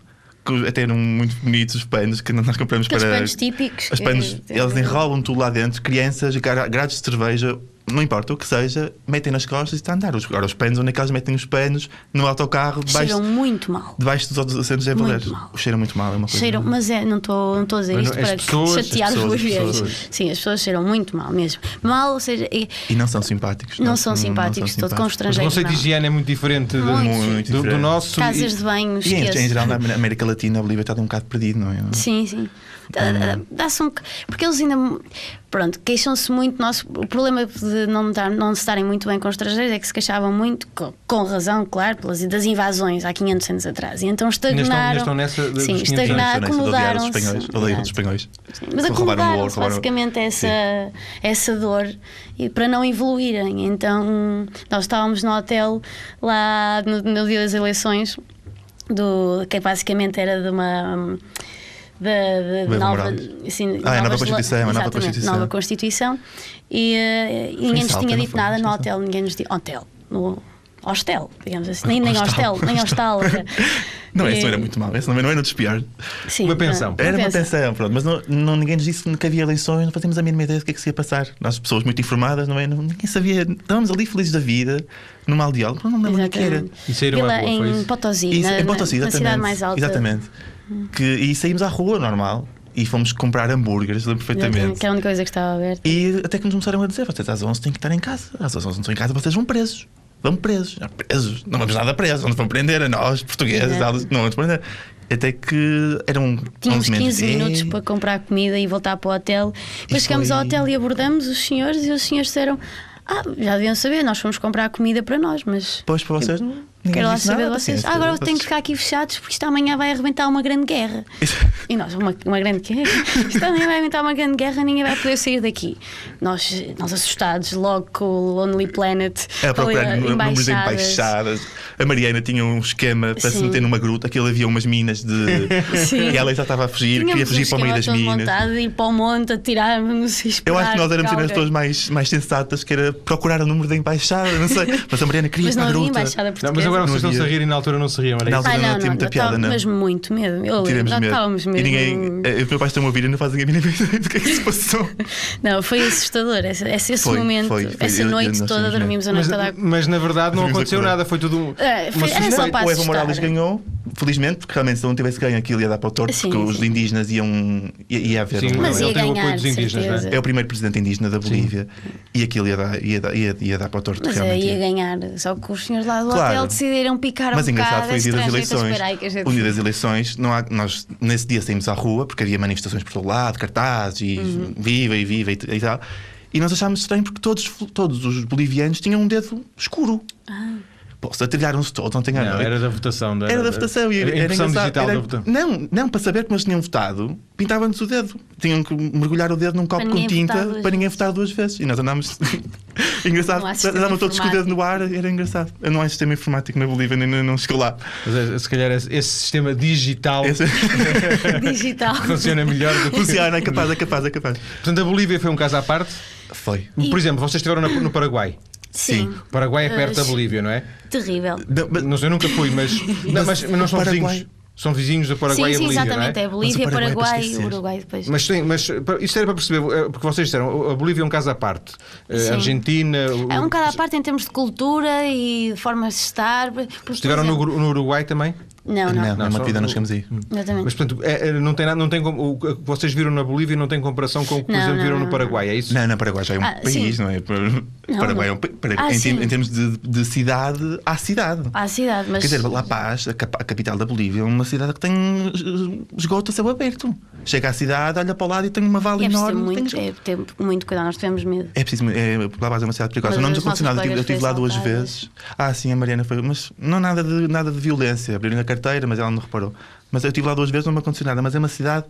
Speaker 3: que até eram muito bonitos os panos que nós compramos
Speaker 2: Aqueles
Speaker 3: para.
Speaker 2: panos típicos.
Speaker 3: Os panos,
Speaker 2: Eh,
Speaker 3: eles enrolam tudo lá dentro, crianças, gra- grades de cerveja, não importa o que seja, metem nas costas e está a andar. Os- Agora os panos, onde é que eles metem os panos? No autocarro,
Speaker 2: Cheiram
Speaker 3: debaixo,
Speaker 2: muito mal.
Speaker 3: debaixo dos outros assentos é
Speaker 2: Muito
Speaker 3: valer.
Speaker 2: mal.
Speaker 3: Cheiram muito mal, é uma coisa.
Speaker 2: Cheiram, mas é, não estou não tô a dizer
Speaker 1: Mas
Speaker 2: isto
Speaker 1: não, as
Speaker 2: para
Speaker 1: pessoas-
Speaker 2: chatear
Speaker 3: as
Speaker 2: os
Speaker 3: pessoas, as
Speaker 2: bolivianos.
Speaker 3: pessoas.
Speaker 2: Sim, as pessoas cheiram muito mal mesmo. Mal, ou seja, e-
Speaker 3: E não são simpáticos.
Speaker 2: não são simpáticos,
Speaker 3: são
Speaker 2: todo com
Speaker 1: Mas
Speaker 3: simpáticos.
Speaker 1: o
Speaker 2: estrangeiros.
Speaker 1: conceito de higiene é muito diferente do,
Speaker 2: Muito.
Speaker 3: Muito
Speaker 1: do, do
Speaker 3: diferente.
Speaker 1: nosso.
Speaker 2: Casas de banho,
Speaker 3: E em,
Speaker 2: esquece.
Speaker 3: em geral, é? na América Latina, a Bolívia está um bocado perdido, não é?
Speaker 2: Sim, sim. Dá- dá- Dá-se um. c- Porque eles ainda. Pronto, queixam-se muito. Nosso, o problema de não, dar, não se estarem muito bem com os estrangeiros é que se queixavam muito, co- com, razão, claro, pelas, das invasões há 500 anos atrás. E então
Speaker 1: estão- ainda
Speaker 2: estagnaram.
Speaker 1: estão nessa de- dos
Speaker 2: sim,
Speaker 1: 500
Speaker 3: Não,
Speaker 2: estagnaram,
Speaker 3: isso é honesto, odiar os
Speaker 2: acomodaram-se.
Speaker 3: espanhóis, odeiam os
Speaker 2: Exato.
Speaker 3: espanhos.
Speaker 2: Sim, Mas
Speaker 3: Roubaram o ouro,
Speaker 2: acomodaram-se
Speaker 3: roubaram-
Speaker 2: basicamente a
Speaker 3: Sim.
Speaker 2: essa, essa dor e para não evoluírem. Então, nós estávamos no hotel lá no, no dia das eleições, do, que basicamente era de uma. Da, da-
Speaker 3: Bem
Speaker 2: nova,
Speaker 3: lembrado.
Speaker 2: assim,
Speaker 3: Ah, é a nova
Speaker 2: novas-
Speaker 3: Constituição, é a nova
Speaker 2: exatamente,
Speaker 3: Constituição.
Speaker 2: nova Constituição. E, eh,
Speaker 3: em
Speaker 2: ninguém nos
Speaker 3: Salta,
Speaker 2: tinha
Speaker 3: não
Speaker 2: dito
Speaker 3: foi?
Speaker 2: nada no
Speaker 3: Sim,
Speaker 2: hotel, ninguém nos disse. Hotel, no hostel, digamos assim. Nem, nem hostel, nem hostel. era.
Speaker 3: Não,
Speaker 2: E-
Speaker 3: esse não era muito mal. Esse também não era dos piores.
Speaker 2: Sim,
Speaker 1: Uma
Speaker 2: não,
Speaker 1: pensão.
Speaker 3: Era uma
Speaker 2: pensão.
Speaker 3: tensão, pronto. Mas não, não- ninguém nos disse que havia eleições, não fazíamos a mínima ideia do que é que se ia passar. Nós, pessoas muito informadas, não é? Não- Ninguém sabia. Estávamos ali felizes da vida, numa aldeia, não me lembro onde é que era.
Speaker 2: Exatamente.
Speaker 1: E saíram
Speaker 2: Vila
Speaker 1: à rua, foi
Speaker 2: em
Speaker 1: isso?
Speaker 2: Potosí,
Speaker 3: Isso,
Speaker 2: na,
Speaker 3: em Potosí,
Speaker 2: na- na
Speaker 3: exatamente.
Speaker 2: cidade mais alta.
Speaker 3: Exatamente. Que, e saímos à rua, normal, e fomos comprar hambúrgueres, lembro
Speaker 2: Exatamente,
Speaker 3: perfeitamente.
Speaker 2: Que era a única coisa que estava aberta.
Speaker 3: E até que nos começaram a dizer: vocês às 11 têm que estar em casa. Às 11 não estão em casa, vocês vão presos. Vão presos. Ah, presos. Não vamos nada presos. Vão-nos vão prender a nós, portugueses.
Speaker 2: Exato.
Speaker 3: elas Não vamos prender. Até que eram
Speaker 2: Tínhamos
Speaker 3: 11 menos
Speaker 2: 15 minutos
Speaker 3: dez.
Speaker 2: para comprar comida e voltar para o hotel.
Speaker 3: E
Speaker 2: Depois chegamos ao
Speaker 3: foi-
Speaker 2: hotel e abordamos os senhores e os senhores disseram: Ah, já deviam saber, nós fomos comprar comida para nós, mas
Speaker 3: Pois para vocês não. ninguém
Speaker 2: quero lá
Speaker 3: disse nada,
Speaker 2: saber de vocês.
Speaker 3: paciência,
Speaker 2: Ah, agora tenho que
Speaker 3: vocês-
Speaker 2: ficar aqui fechados porque isto amanhã vai arrebentar uma grande guerra. E nós, uma, uma grande guerra. Isto amanhã vai arrebentar uma grande guerra, ninguém vai poder sair daqui. Nós, nós assustados, logo com o Lonely Planet,
Speaker 3: É, A procurar
Speaker 2: ali, eh,
Speaker 3: nú- números de
Speaker 2: embaixadas.
Speaker 3: embaixadas. A Mariana tinha um esquema para se
Speaker 2: Sim.
Speaker 3: meter numa gruta, aquilo havia umas minas de.
Speaker 2: Sim.
Speaker 3: e ela já estava a fugir, queria
Speaker 2: Tínhamos um
Speaker 3: fugir para o
Speaker 2: esquema
Speaker 3: meio das
Speaker 2: todo
Speaker 3: minas.
Speaker 2: montado, ir para o monte, atirarmos e
Speaker 3: Eu acho que nós
Speaker 2: esperar
Speaker 3: éramos ainda as
Speaker 2: alguém.
Speaker 3: pessoas mais, mais sensatas, que era procurar o número da embaixada, não sei. Mas a Mariana queria
Speaker 2: Mas
Speaker 3: ir para
Speaker 2: não
Speaker 3: a
Speaker 2: havia
Speaker 3: gruta.
Speaker 2: embaixada portuguesa.
Speaker 1: Não, mas agora
Speaker 3: Não
Speaker 1: vocês estão se a
Speaker 3: havia.
Speaker 1: rir e na altura não se riam, era
Speaker 3: Na
Speaker 1: isso?
Speaker 3: altura
Speaker 2: Ah,
Speaker 3: não
Speaker 2: não,
Speaker 3: tinha
Speaker 2: não,
Speaker 3: muita
Speaker 2: não,
Speaker 3: piada, não.
Speaker 2: estávamos muito medo. Eu lembro,
Speaker 3: Tivemos
Speaker 2: nós
Speaker 3: medo.
Speaker 2: estávamos mesmo.
Speaker 3: E ninguém. eh, Os meus pais estão a ouvir e não fazem a mínima ideia do que é que se passou.
Speaker 2: Não, foi assustador. Esse, esse, esse
Speaker 3: Foi,
Speaker 2: momento,
Speaker 3: foi, foi.
Speaker 2: essa
Speaker 3: Eu- eu-
Speaker 2: noite
Speaker 3: nós
Speaker 2: toda,
Speaker 3: tínhamos medo.
Speaker 2: dormimos a
Speaker 1: Mas,
Speaker 2: noite toda. a-
Speaker 1: mas na verdade não
Speaker 3: Tivemos a
Speaker 1: aconteceu
Speaker 3: correr.
Speaker 1: nada, foi tudo um.
Speaker 2: É, foi-
Speaker 1: uma
Speaker 2: era só
Speaker 1: suspeita.
Speaker 2: para
Speaker 3: o Evo
Speaker 2: assustar.
Speaker 3: Morales ganhou, felizmente, porque realmente se ele não tivesse ganho aquilo ia dar para o torto,
Speaker 2: Sim,
Speaker 3: porque os
Speaker 2: sim.
Speaker 3: indígenas iam. ia, ia haver
Speaker 1: Sim, é
Speaker 3: um.
Speaker 2: Mas
Speaker 1: ele
Speaker 2: ia
Speaker 1: tem o apoio
Speaker 2: ganhar,
Speaker 1: dos
Speaker 2: de
Speaker 1: indígenas, não é?
Speaker 2: certeza.
Speaker 3: É o primeiro presidente indígena da Bolívia e aquilo ia dar, ia, dar- ia, ia dar para o torto,
Speaker 2: Mas é,
Speaker 3: realmente.
Speaker 2: ia ganhar. Só que os senhores lá do
Speaker 3: Claro.
Speaker 2: hotel decidiram picar
Speaker 3: Mas
Speaker 2: um
Speaker 3: engraçado
Speaker 2: bocado
Speaker 3: foi o dia das
Speaker 2: estrangeiro,
Speaker 3: eleições.
Speaker 2: espera aí que a gente-
Speaker 3: O dia das eleições, não há- nós nesse dia saímos à rua porque havia manifestações por todo lado, cartazes e
Speaker 2: Uhum.
Speaker 3: viva e viva e, t- e tal. E nós achámos estranho porque todos, todos os bolivianos tinham um dedo escuro.
Speaker 2: Ah.
Speaker 3: Pô, se atrilharam-se todos ontem à
Speaker 1: Não,
Speaker 3: noite.
Speaker 1: era da votação. não
Speaker 3: Era da votação e
Speaker 1: a
Speaker 3: era, era
Speaker 1: impressão
Speaker 3: engraçado.
Speaker 1: digital
Speaker 3: Era-
Speaker 1: da votação.
Speaker 3: não, não, para saber como eles tinham votado, pintavam-nos o dedo. Tinham que mergulhar o dedo num copo com
Speaker 2: ninguém votar
Speaker 3: tinta
Speaker 2: duas
Speaker 3: para ninguém votar duas vezes. E nós andámos. engraçado,
Speaker 2: Não há sistema
Speaker 3: andámos todos com o dedo
Speaker 2: informático.
Speaker 3: no ar, era engraçado. Eu não há sistema informático na Bolívia, nem não, não chegou lá.
Speaker 1: Mas é, se calhar esse, esse sistema digital
Speaker 3: Esse-
Speaker 2: digital.
Speaker 1: funciona melhor do que.
Speaker 3: Funciona, é capaz, é capaz, é capaz.
Speaker 1: Portanto, a Bolívia foi um caso à parte.
Speaker 3: Foi.
Speaker 2: E-
Speaker 1: Por exemplo, vocês estiveram na- no Paraguai.
Speaker 2: Sim.
Speaker 1: O Paraguai é perto da
Speaker 2: Ah,
Speaker 1: Bolívia, não é?
Speaker 2: Terrível.
Speaker 3: Não, mas-
Speaker 1: Não sei, eu nunca fui, mas. Não, mas, mas não são
Speaker 3: Paraguai-
Speaker 1: vizinhos. São vizinhos do Paraguai
Speaker 2: sim,
Speaker 1: e
Speaker 2: sim,
Speaker 1: Bolívia,
Speaker 2: exatamente.
Speaker 1: não é?
Speaker 2: É Bolívia,
Speaker 3: Mas o Paraguai é para
Speaker 2: Paraguai,
Speaker 3: esquecer.
Speaker 2: Uruguai depois.
Speaker 1: Mas, tem, mas para- isto era para perceber, eh, porque vocês disseram, a Bolívia é um caso à parte. Eh,
Speaker 2: Sim.
Speaker 1: Argentina.
Speaker 2: É um bocado à parte em termos de cultura e de formas de estar. porque, por
Speaker 1: Estiveram no,
Speaker 2: exemplo-
Speaker 1: Uru- no Uruguai também?
Speaker 2: Não, não.
Speaker 3: Não, não, um.
Speaker 1: só-
Speaker 3: uma vida, não chegamos aí.
Speaker 2: Exatamente.
Speaker 1: Mas portanto, é- é- não tem nada, não tem como, o que vocês viram na Bolívia não tem comparação com o que, por
Speaker 2: Não,
Speaker 1: exemplo,
Speaker 2: não,
Speaker 1: viram no
Speaker 2: não.
Speaker 1: Paraguai, é isso?
Speaker 3: Não, não, Paraguai já é um
Speaker 2: Ah,
Speaker 3: país,
Speaker 2: sim.
Speaker 3: não é? Paraguai é um pa- Paraguai-
Speaker 2: Ah,
Speaker 3: em,
Speaker 2: sim.
Speaker 3: tem- em termos de, de cidade, há cidade.
Speaker 2: Há a cidade, mas.
Speaker 3: Quer dizer, La Paz, a, capa- a capital da Bolívia, é uma cidade que tem eh, esgoto a céu aberto. Chega à cidade, olha para o lado e tem uma
Speaker 2: e
Speaker 3: vala
Speaker 2: é preciso ter
Speaker 3: enorme. tem
Speaker 2: muito,
Speaker 3: esgoto.
Speaker 2: é ter muito cuidado, nós tivemos medo.
Speaker 3: É preciso. É, lá vai ser uma cidade perigosa.
Speaker 2: Mas
Speaker 3: não nos
Speaker 2: as nossas
Speaker 3: aconteceu nada. Eu tive- Eu
Speaker 2: colegas
Speaker 3: estive lá
Speaker 2: foi
Speaker 3: duas
Speaker 2: assaltadas.
Speaker 3: vezes. Ah, sim, a Mariana foi. Mas não nada de, nada de violência. Abriram a carteira, mas ela não reparou. Mas eu estive lá duas vezes, não me aconteceu nada. Mas é uma cidade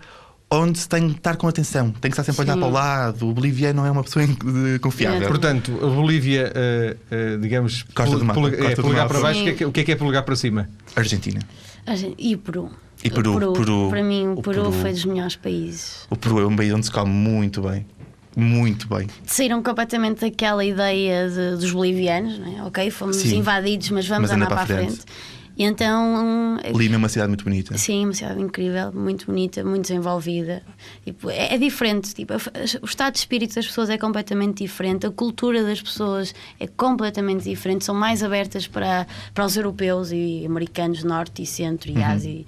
Speaker 3: onde se tem que estar com atenção. Tem que estar sempre a olhar
Speaker 2: Sim.
Speaker 3: para o lado. O boliviano é uma pessoa in- de- confiável.
Speaker 2: Yeah.
Speaker 1: Portanto, a Bolívia, eh, eh, digamos,
Speaker 3: Costa
Speaker 1: pul-
Speaker 3: do Marfim,
Speaker 1: pul-
Speaker 3: Costa
Speaker 1: é,
Speaker 3: do
Speaker 1: polegar
Speaker 3: Marfim.
Speaker 1: para baixo, o que, é que- o que é que é polegar para cima?
Speaker 3: Argentina.
Speaker 2: A gente- E Peru.
Speaker 3: E Peru,
Speaker 2: O
Speaker 3: Peru.
Speaker 2: Para mim, o
Speaker 3: O
Speaker 2: Peru,
Speaker 3: Peru.
Speaker 2: foi dos melhores países.
Speaker 3: O Peru é um país onde se come muito bem. Muito bem.
Speaker 2: Saíram completamente daquela ideia de- dos bolivianos, não é? Ok, fomos
Speaker 3: Sim.
Speaker 2: invadidos, mas vamos
Speaker 3: Mas
Speaker 2: andar para a frente. E então.
Speaker 3: Lima é uma cidade muito bonita.
Speaker 2: Sim, uma cidade incrível, muito bonita, muito desenvolvida. Tipo, é, é diferente. Tipo, a f- o estado de espírito das pessoas é completamente diferente, a cultura das pessoas é completamente diferente. São mais abertas para, para os europeus e americanos, norte e centro e Ásia. E,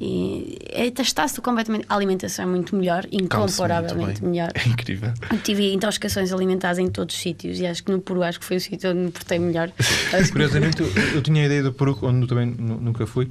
Speaker 2: e é- está-se completamente. A alimentação é muito melhor,
Speaker 3: Come-se muito
Speaker 2: incomparavelmente
Speaker 3: bem.
Speaker 2: melhor.
Speaker 3: É incrível.
Speaker 2: Eu Tive intoxicações alimentares em todos os sítios e acho que no Peru acho que foi o sítio onde me portei melhor. Acho que-
Speaker 1: Curiosamente, eu, eu tinha a ideia do Peru, onde também nu- nunca fui,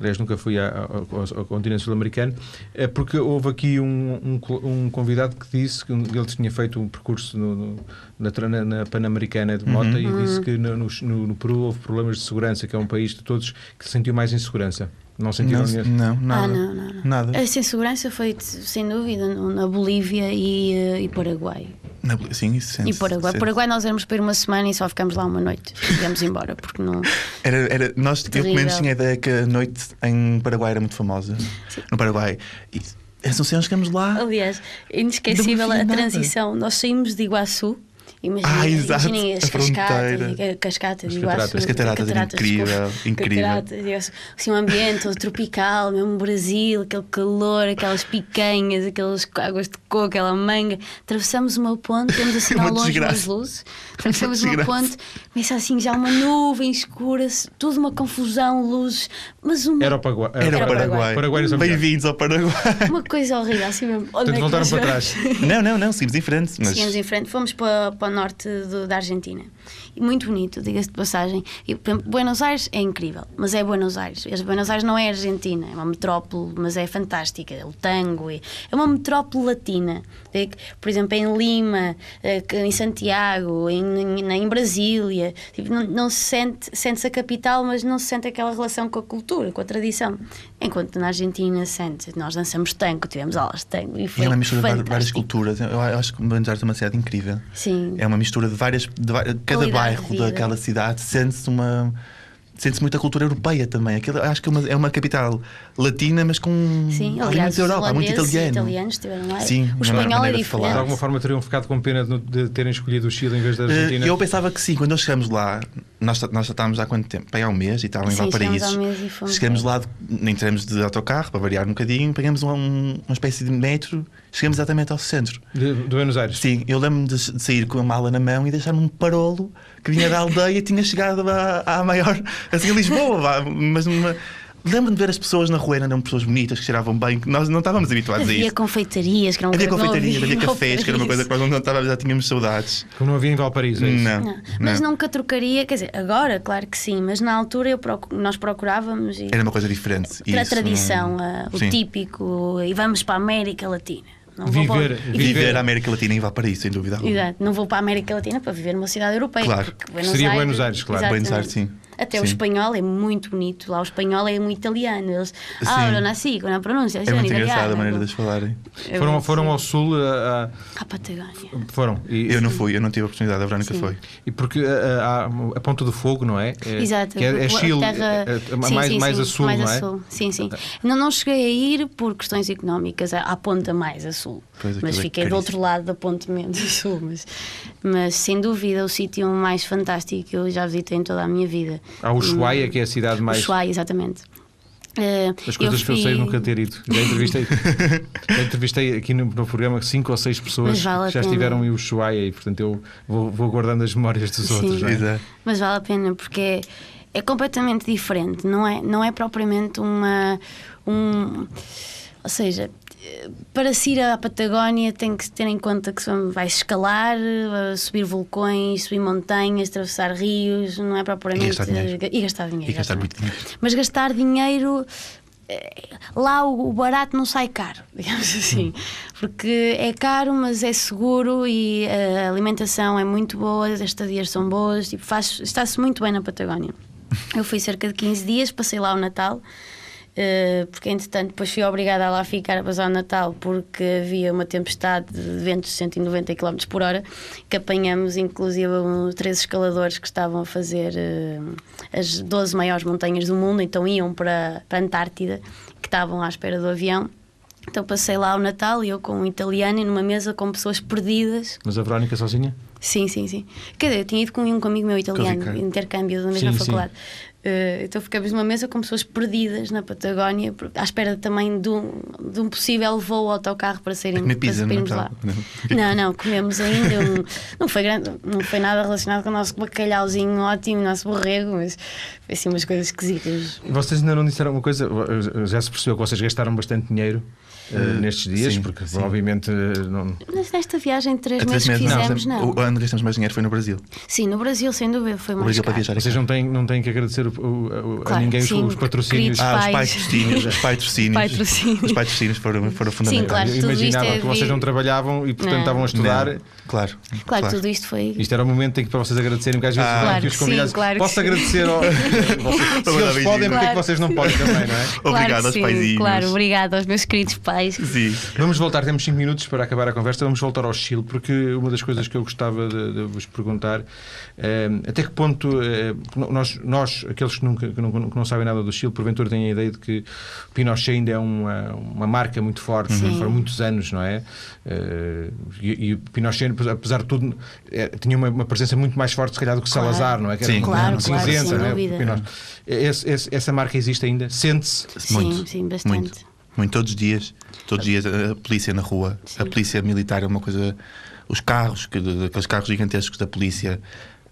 Speaker 1: aliás, nunca fui à- ao, ao- ao continente sul-americano, é porque houve aqui um, um co- um convidado que disse que ele tinha feito um percurso no- no- na, tra- na- na Pan-Americana de Mota e disse que no, no- no- no Peru houve problemas de segurança, que é um país de todos que se sentiu mais insegurança. Não sentiram
Speaker 3: Não,
Speaker 1: nenhum-
Speaker 3: não, nada.
Speaker 2: Ah, não, não, não.
Speaker 3: Nada.
Speaker 2: A sem segurança foi, t- sem dúvida, no- na Bolívia e, eh, e Paraguai.
Speaker 3: Na Boli- sim, isso
Speaker 2: E
Speaker 3: sente-se,
Speaker 2: Paraguai.
Speaker 3: sente-se.
Speaker 2: Paraguai nós éramos para ir uma semana e só ficámos lá uma noite. Ficámos embora, porque não.
Speaker 3: Era, era, nós, eu pelo menos
Speaker 2: Terrível.
Speaker 3: tinha a ideia que a noite em Paraguai era muito famosa. No Paraguai. E é, em Assunção chegamos lá.
Speaker 2: Aliás, inesquecível
Speaker 3: Não vi
Speaker 2: a
Speaker 3: nada.
Speaker 2: transição. Nós saímos de Iguaçu. Imaginem,
Speaker 3: Ah, exato,
Speaker 2: imaginem as
Speaker 3: a fronteira.
Speaker 2: cascatas, a cascata de
Speaker 1: As
Speaker 2: Iguaçu,
Speaker 1: cataratas.
Speaker 3: As cataratas, incrível,
Speaker 2: desculpa.
Speaker 3: incrível.
Speaker 2: Cataratas, de Iguaçu. assim, um ambiente todo tropical, mesmo Brasil, aquele calor, aquelas picanhas, aquelas águas de coco, aquela manga. Atravessamos uma ponte, temos assim
Speaker 3: Uma
Speaker 2: ao longe
Speaker 3: desgraça.
Speaker 2: umas luzes. Atravessamos uma
Speaker 3: desgraça.
Speaker 2: ponte, começa assim já uma nuvem escura, tudo uma confusão, luzes, mas uma,
Speaker 1: Era o Pagua-
Speaker 3: Era, o
Speaker 1: Paraguai,
Speaker 3: Paraguai.
Speaker 1: Paraguai era só melhor.
Speaker 3: Bem-vindos ao Paraguai.
Speaker 2: uma coisa horrível, assim mesmo. Onde é
Speaker 1: Portanto,
Speaker 2: que
Speaker 1: voltaram
Speaker 2: nós
Speaker 1: para
Speaker 2: vamos?
Speaker 1: trás.
Speaker 3: não, não, não, seguimos em frente. Mas
Speaker 2: Seguimos em frente, fomos para, para o norte do- da Argentina. E muito bonito, diga-se de passagem. E, por exemplo, Buenos Aires é incrível, mas é Buenos Aires. E Buenos Aires não é Argentina, é uma metrópole, mas é fantástica. O tango, e- é uma metrópole latina. É que, Por exemplo, em Lima, eh, que- em Santiago, em, em, em Brasília. Tipo, não, não se sente, sente-se a capital, mas não se sente aquela relação com a cultura, com a tradição. Enquanto na Argentina sente. Nós dançamos tango, tivemos aulas de tango e
Speaker 3: e
Speaker 2: foi.
Speaker 3: é uma mistura de várias- várias
Speaker 2: fantástico.
Speaker 3: culturas. Eu, eu acho que Buenos Aires é uma cidade incrível.
Speaker 2: Sim.
Speaker 3: É uma mistura de várias. De, va- cada
Speaker 2: Qualidade de
Speaker 3: bairro
Speaker 2: vida.
Speaker 3: daquela cidade sente-se uma. Sente-se muita cultura europeia também. Aquilo, acho que é uma, é uma capital latina, mas com.
Speaker 2: Sim,
Speaker 3: há
Speaker 2: aliás,
Speaker 3: muito Europa, há muito
Speaker 2: holandeses e
Speaker 3: italiano.
Speaker 2: italianos estiveram lá.
Speaker 3: Sim,
Speaker 2: o
Speaker 3: uma
Speaker 2: espanhol é
Speaker 3: maneira de falar.
Speaker 1: De
Speaker 2: diferente.
Speaker 1: alguma forma teriam ficado com pena de, de terem escolhido o Chile em vez da
Speaker 3: Eh,
Speaker 1: Argentina.
Speaker 3: Eu pensava que sim, quando nós chegamos lá, nós, nós já estávamos há quanto tempo? Bem, há um mês e estávamos
Speaker 2: Sim,
Speaker 3: lá para
Speaker 2: chegamos
Speaker 3: isso.
Speaker 2: há um mês e fomos.
Speaker 3: Chegamos lá, entramos de autocarro para variar um bocadinho, pegamos um, um- uma espécie de metro, chegamos exatamente ao centro.
Speaker 1: De, de Buenos Aires.
Speaker 3: Sim, eu lembro-me de, de sair com a mala na mão e deixar um parolo que vinha da aldeia e tinha chegado à, à maior, assim, a Lisboa, vá, mas numa- Lembro-me de ver as pessoas na rua, eram pessoas bonitas que cheiravam bem, que nós não estávamos habituados a
Speaker 2: Havia
Speaker 3: isso.
Speaker 2: confeitarias que não
Speaker 3: Havia
Speaker 2: não
Speaker 3: confeitarias, havia
Speaker 2: não
Speaker 3: cafés, que era uma coisa que nós não estávamos, já tínhamos saudades.
Speaker 1: Como não havia em Valparaíso. é isso?
Speaker 3: Não,
Speaker 2: Não, Mas nunca trocaria, quer dizer, agora, claro que sim, mas na altura eu procu- nós procurávamos e,
Speaker 3: Era uma coisa diferente.
Speaker 2: para a
Speaker 3: isso,
Speaker 2: tradição,
Speaker 3: não- é?
Speaker 2: ah, o
Speaker 3: Sim.
Speaker 2: típico, e vamos para a América Latina. Não
Speaker 1: Viver,
Speaker 2: vou para...
Speaker 1: viver.
Speaker 3: Viver, a América Latina e vá para isso, sem dúvida alguma.
Speaker 2: Exato, não vou para a América Latina para viver numa cidade europeia.
Speaker 3: Claro.
Speaker 2: porque Buenos
Speaker 1: Seria
Speaker 2: Aires,
Speaker 1: Buenos Aires, claro.
Speaker 2: exatamente.
Speaker 3: Buenos Aires, sim.
Speaker 2: Até o
Speaker 3: Sim.
Speaker 2: espanhol é muito bonito. Lá o espanhol é um italiano. Eles. Ah,
Speaker 3: Sim.
Speaker 2: eu nasci com a pronúncia.
Speaker 3: É muito
Speaker 2: italiana.
Speaker 3: engraçada a maneira de eles falarem.
Speaker 2: Eu
Speaker 4: Foram,
Speaker 2: nasci
Speaker 4: foram ao sul.
Speaker 1: eh,
Speaker 4: a-
Speaker 2: À Patagónia.
Speaker 4: a- foram. E,
Speaker 3: Eu não fui, eu não tive a oportunidade, a Verónica
Speaker 2: Sim.
Speaker 3: foi.
Speaker 4: e
Speaker 1: eh,
Speaker 4: porque a, a- a Ponta do Fogo, não é? É-
Speaker 2: Exato.
Speaker 4: Que é, é
Speaker 2: a
Speaker 4: Chile.
Speaker 1: eh,
Speaker 2: terra-
Speaker 4: é- é-
Speaker 2: Sim,
Speaker 4: mais
Speaker 2: sim,
Speaker 4: mais
Speaker 2: sim,
Speaker 4: a sul,
Speaker 2: mais
Speaker 4: não
Speaker 2: a
Speaker 4: é?
Speaker 2: sul. Sim, sim. Não, não cheguei a ir por questões económicas à, à ponta mais a sul.
Speaker 3: Pois, aquilo
Speaker 2: mas
Speaker 3: é
Speaker 2: fiquei do outro
Speaker 3: caríssimo.
Speaker 2: lado da ponte menos a sul. Mas, mas sem dúvida o sítio mais fantástico que eu já visitei em toda a minha vida.
Speaker 4: Ah,
Speaker 2: Hum,
Speaker 1: Há Ushuaia, que é a cidade mais.
Speaker 2: Ushuaia, exatamente. Eh,
Speaker 1: As coisas que eu sei
Speaker 2: fui-
Speaker 1: nunca ter ido. Já entrevistei, já entrevistei aqui no, no programa cinco ou seis pessoas
Speaker 2: Mas vale a
Speaker 1: que já
Speaker 2: pena.
Speaker 1: estiveram em Ushuaia e, portanto, eu vou, vou guardando as memórias dos
Speaker 2: Sim.
Speaker 1: outros. não é?
Speaker 3: Exato.
Speaker 2: Mas vale a pena porque é, é completamente diferente, não é, não é propriamente uma. Um, ou seja, eh, para se ir à Patagónia tem que se ter em conta que se vai escalar, eh, subir vulcões, subir montanhas, atravessar rios, não é propriamente.
Speaker 3: gastar dinheiro.
Speaker 2: E gastar dinheiro,
Speaker 3: E gastar
Speaker 2: exatamente.
Speaker 3: muito dinheiro.
Speaker 2: Mas gastar dinheiro. eh, Lá o o barato não sai caro, digamos assim,
Speaker 3: Hum.
Speaker 2: porque é caro, mas é seguro e eh, a alimentação é muito boa, as estadias são boas, tipo, faz- está-se muito bem na Patagónia. Eu fui cerca de 15 dias, passei lá o Natal, eh, porque entretanto depois fui obrigada a lá ficar a passar o Natal porque havia uma tempestade de ventos de 190 km por hora que apanhamos inclusive uns três escaladores que estavam a fazer eh, as 12 maiores montanhas do mundo, então iam para, para a Antártida, que estavam à espera do avião. Então passei lá o Natal e eu com um italiano e numa mesa com pessoas perdidas.
Speaker 1: Mas a Verónica sozinha?
Speaker 2: Sim, sim, sim. Quer dizer, eu tinha ido com um amigo meu italiano,
Speaker 3: Ricardo.
Speaker 2: intercâmbio da mesma
Speaker 1: Sim, sim.
Speaker 2: faculdade. Eh, então ficamos numa mesa com pessoas perdidas na Patagónia, por- à espera também de um, de um possível voo autocarro para serem
Speaker 3: Comer É pizza
Speaker 2: para
Speaker 3: no
Speaker 2: irmos lá.
Speaker 3: Natal.
Speaker 2: Não, não, comemos ainda. Um, não, foi grande, não foi nada relacionado com o nosso bacalhauzinho ótimo, o nosso borrego, mas foi assim umas coisas esquisitas.
Speaker 1: Vocês ainda não disseram uma coisa? Já se percebeu que vocês gastaram bastante dinheiro eh, nestes dias,
Speaker 3: sim,
Speaker 1: porque
Speaker 3: sim.
Speaker 1: obviamente eh, não.
Speaker 2: Mas nesta viagem de três,
Speaker 3: Há três
Speaker 2: meses, que
Speaker 3: meses,
Speaker 2: fizemos,
Speaker 3: não,
Speaker 2: não.
Speaker 3: O ano que gastamos mais dinheiro foi no Brasil.
Speaker 2: Sim, no Brasil, sem dúvida, foi
Speaker 3: O
Speaker 2: mais
Speaker 3: Brasil para
Speaker 2: caro.
Speaker 3: viajar. é
Speaker 1: Vocês não têm, não têm que agradecer o- o- a
Speaker 2: Claro,
Speaker 1: ninguém os-
Speaker 2: sim,
Speaker 1: os patrocínios.
Speaker 2: queridos
Speaker 3: Ah, os
Speaker 2: Pais.
Speaker 3: patrocínios, os patrocínios.
Speaker 2: Patrocínios.
Speaker 3: Os patrocínios foram, foram fundamentais.
Speaker 2: claro.
Speaker 1: Ah, eu
Speaker 2: tudo isto
Speaker 1: imaginava
Speaker 2: é
Speaker 1: que vocês
Speaker 2: vir-
Speaker 1: não trabalhavam e, portanto,
Speaker 2: Não.
Speaker 1: estavam a estudar.
Speaker 3: Claro.
Speaker 2: Claro, tudo isto foi.
Speaker 1: Isto era o momento em que para vocês agradecerem, porque às vezes
Speaker 3: Ah.
Speaker 1: vão
Speaker 2: Claro
Speaker 1: aqui os
Speaker 2: que sim,
Speaker 1: convidados.
Speaker 2: claro que
Speaker 1: Posso
Speaker 2: sim.
Speaker 1: agradecer ao. Se
Speaker 3: Obrigado,
Speaker 1: eles podem, porque é que
Speaker 2: Claro.
Speaker 1: vocês não podem também, não é?
Speaker 3: Obrigado
Speaker 2: claro
Speaker 3: aos
Speaker 2: que sim,
Speaker 3: paizinhos.
Speaker 2: Claro, obrigado aos meus queridos pais.
Speaker 3: Sim.
Speaker 1: Vamos voltar, temos 5 minutos para acabar a conversa. Vamos voltar ao Chile, porque uma das coisas que eu gostava de, de vos perguntar eh, até que ponto eh, nós, nós, aqueles que, nunca, que, não, que não sabem nada do Chile, porventura têm a ideia de que Pinochet ainda é uma, uma marca muito forte,
Speaker 3: Uhum.
Speaker 1: foram muitos anos, não é? Eh, e, e Pinochet, apesar de tudo, eh, tinha uma, uma presença muito mais forte, se calhar, do que
Speaker 2: Claro.
Speaker 1: Salazar, não é? Que era
Speaker 3: Sim,
Speaker 1: uma
Speaker 3: claro,
Speaker 1: presença,
Speaker 3: claro, sem
Speaker 1: não é?
Speaker 2: dúvida.
Speaker 1: Pinochet. Esse- esse- essa marca existe ainda? Sente-se?
Speaker 2: Sim, sim, bastante.
Speaker 3: Muito, muito. Todos os dias. Todos os dias a a polícia na rua. A polícia militar é uma coisa. Os carros, que, aqueles carros gigantescos da polícia.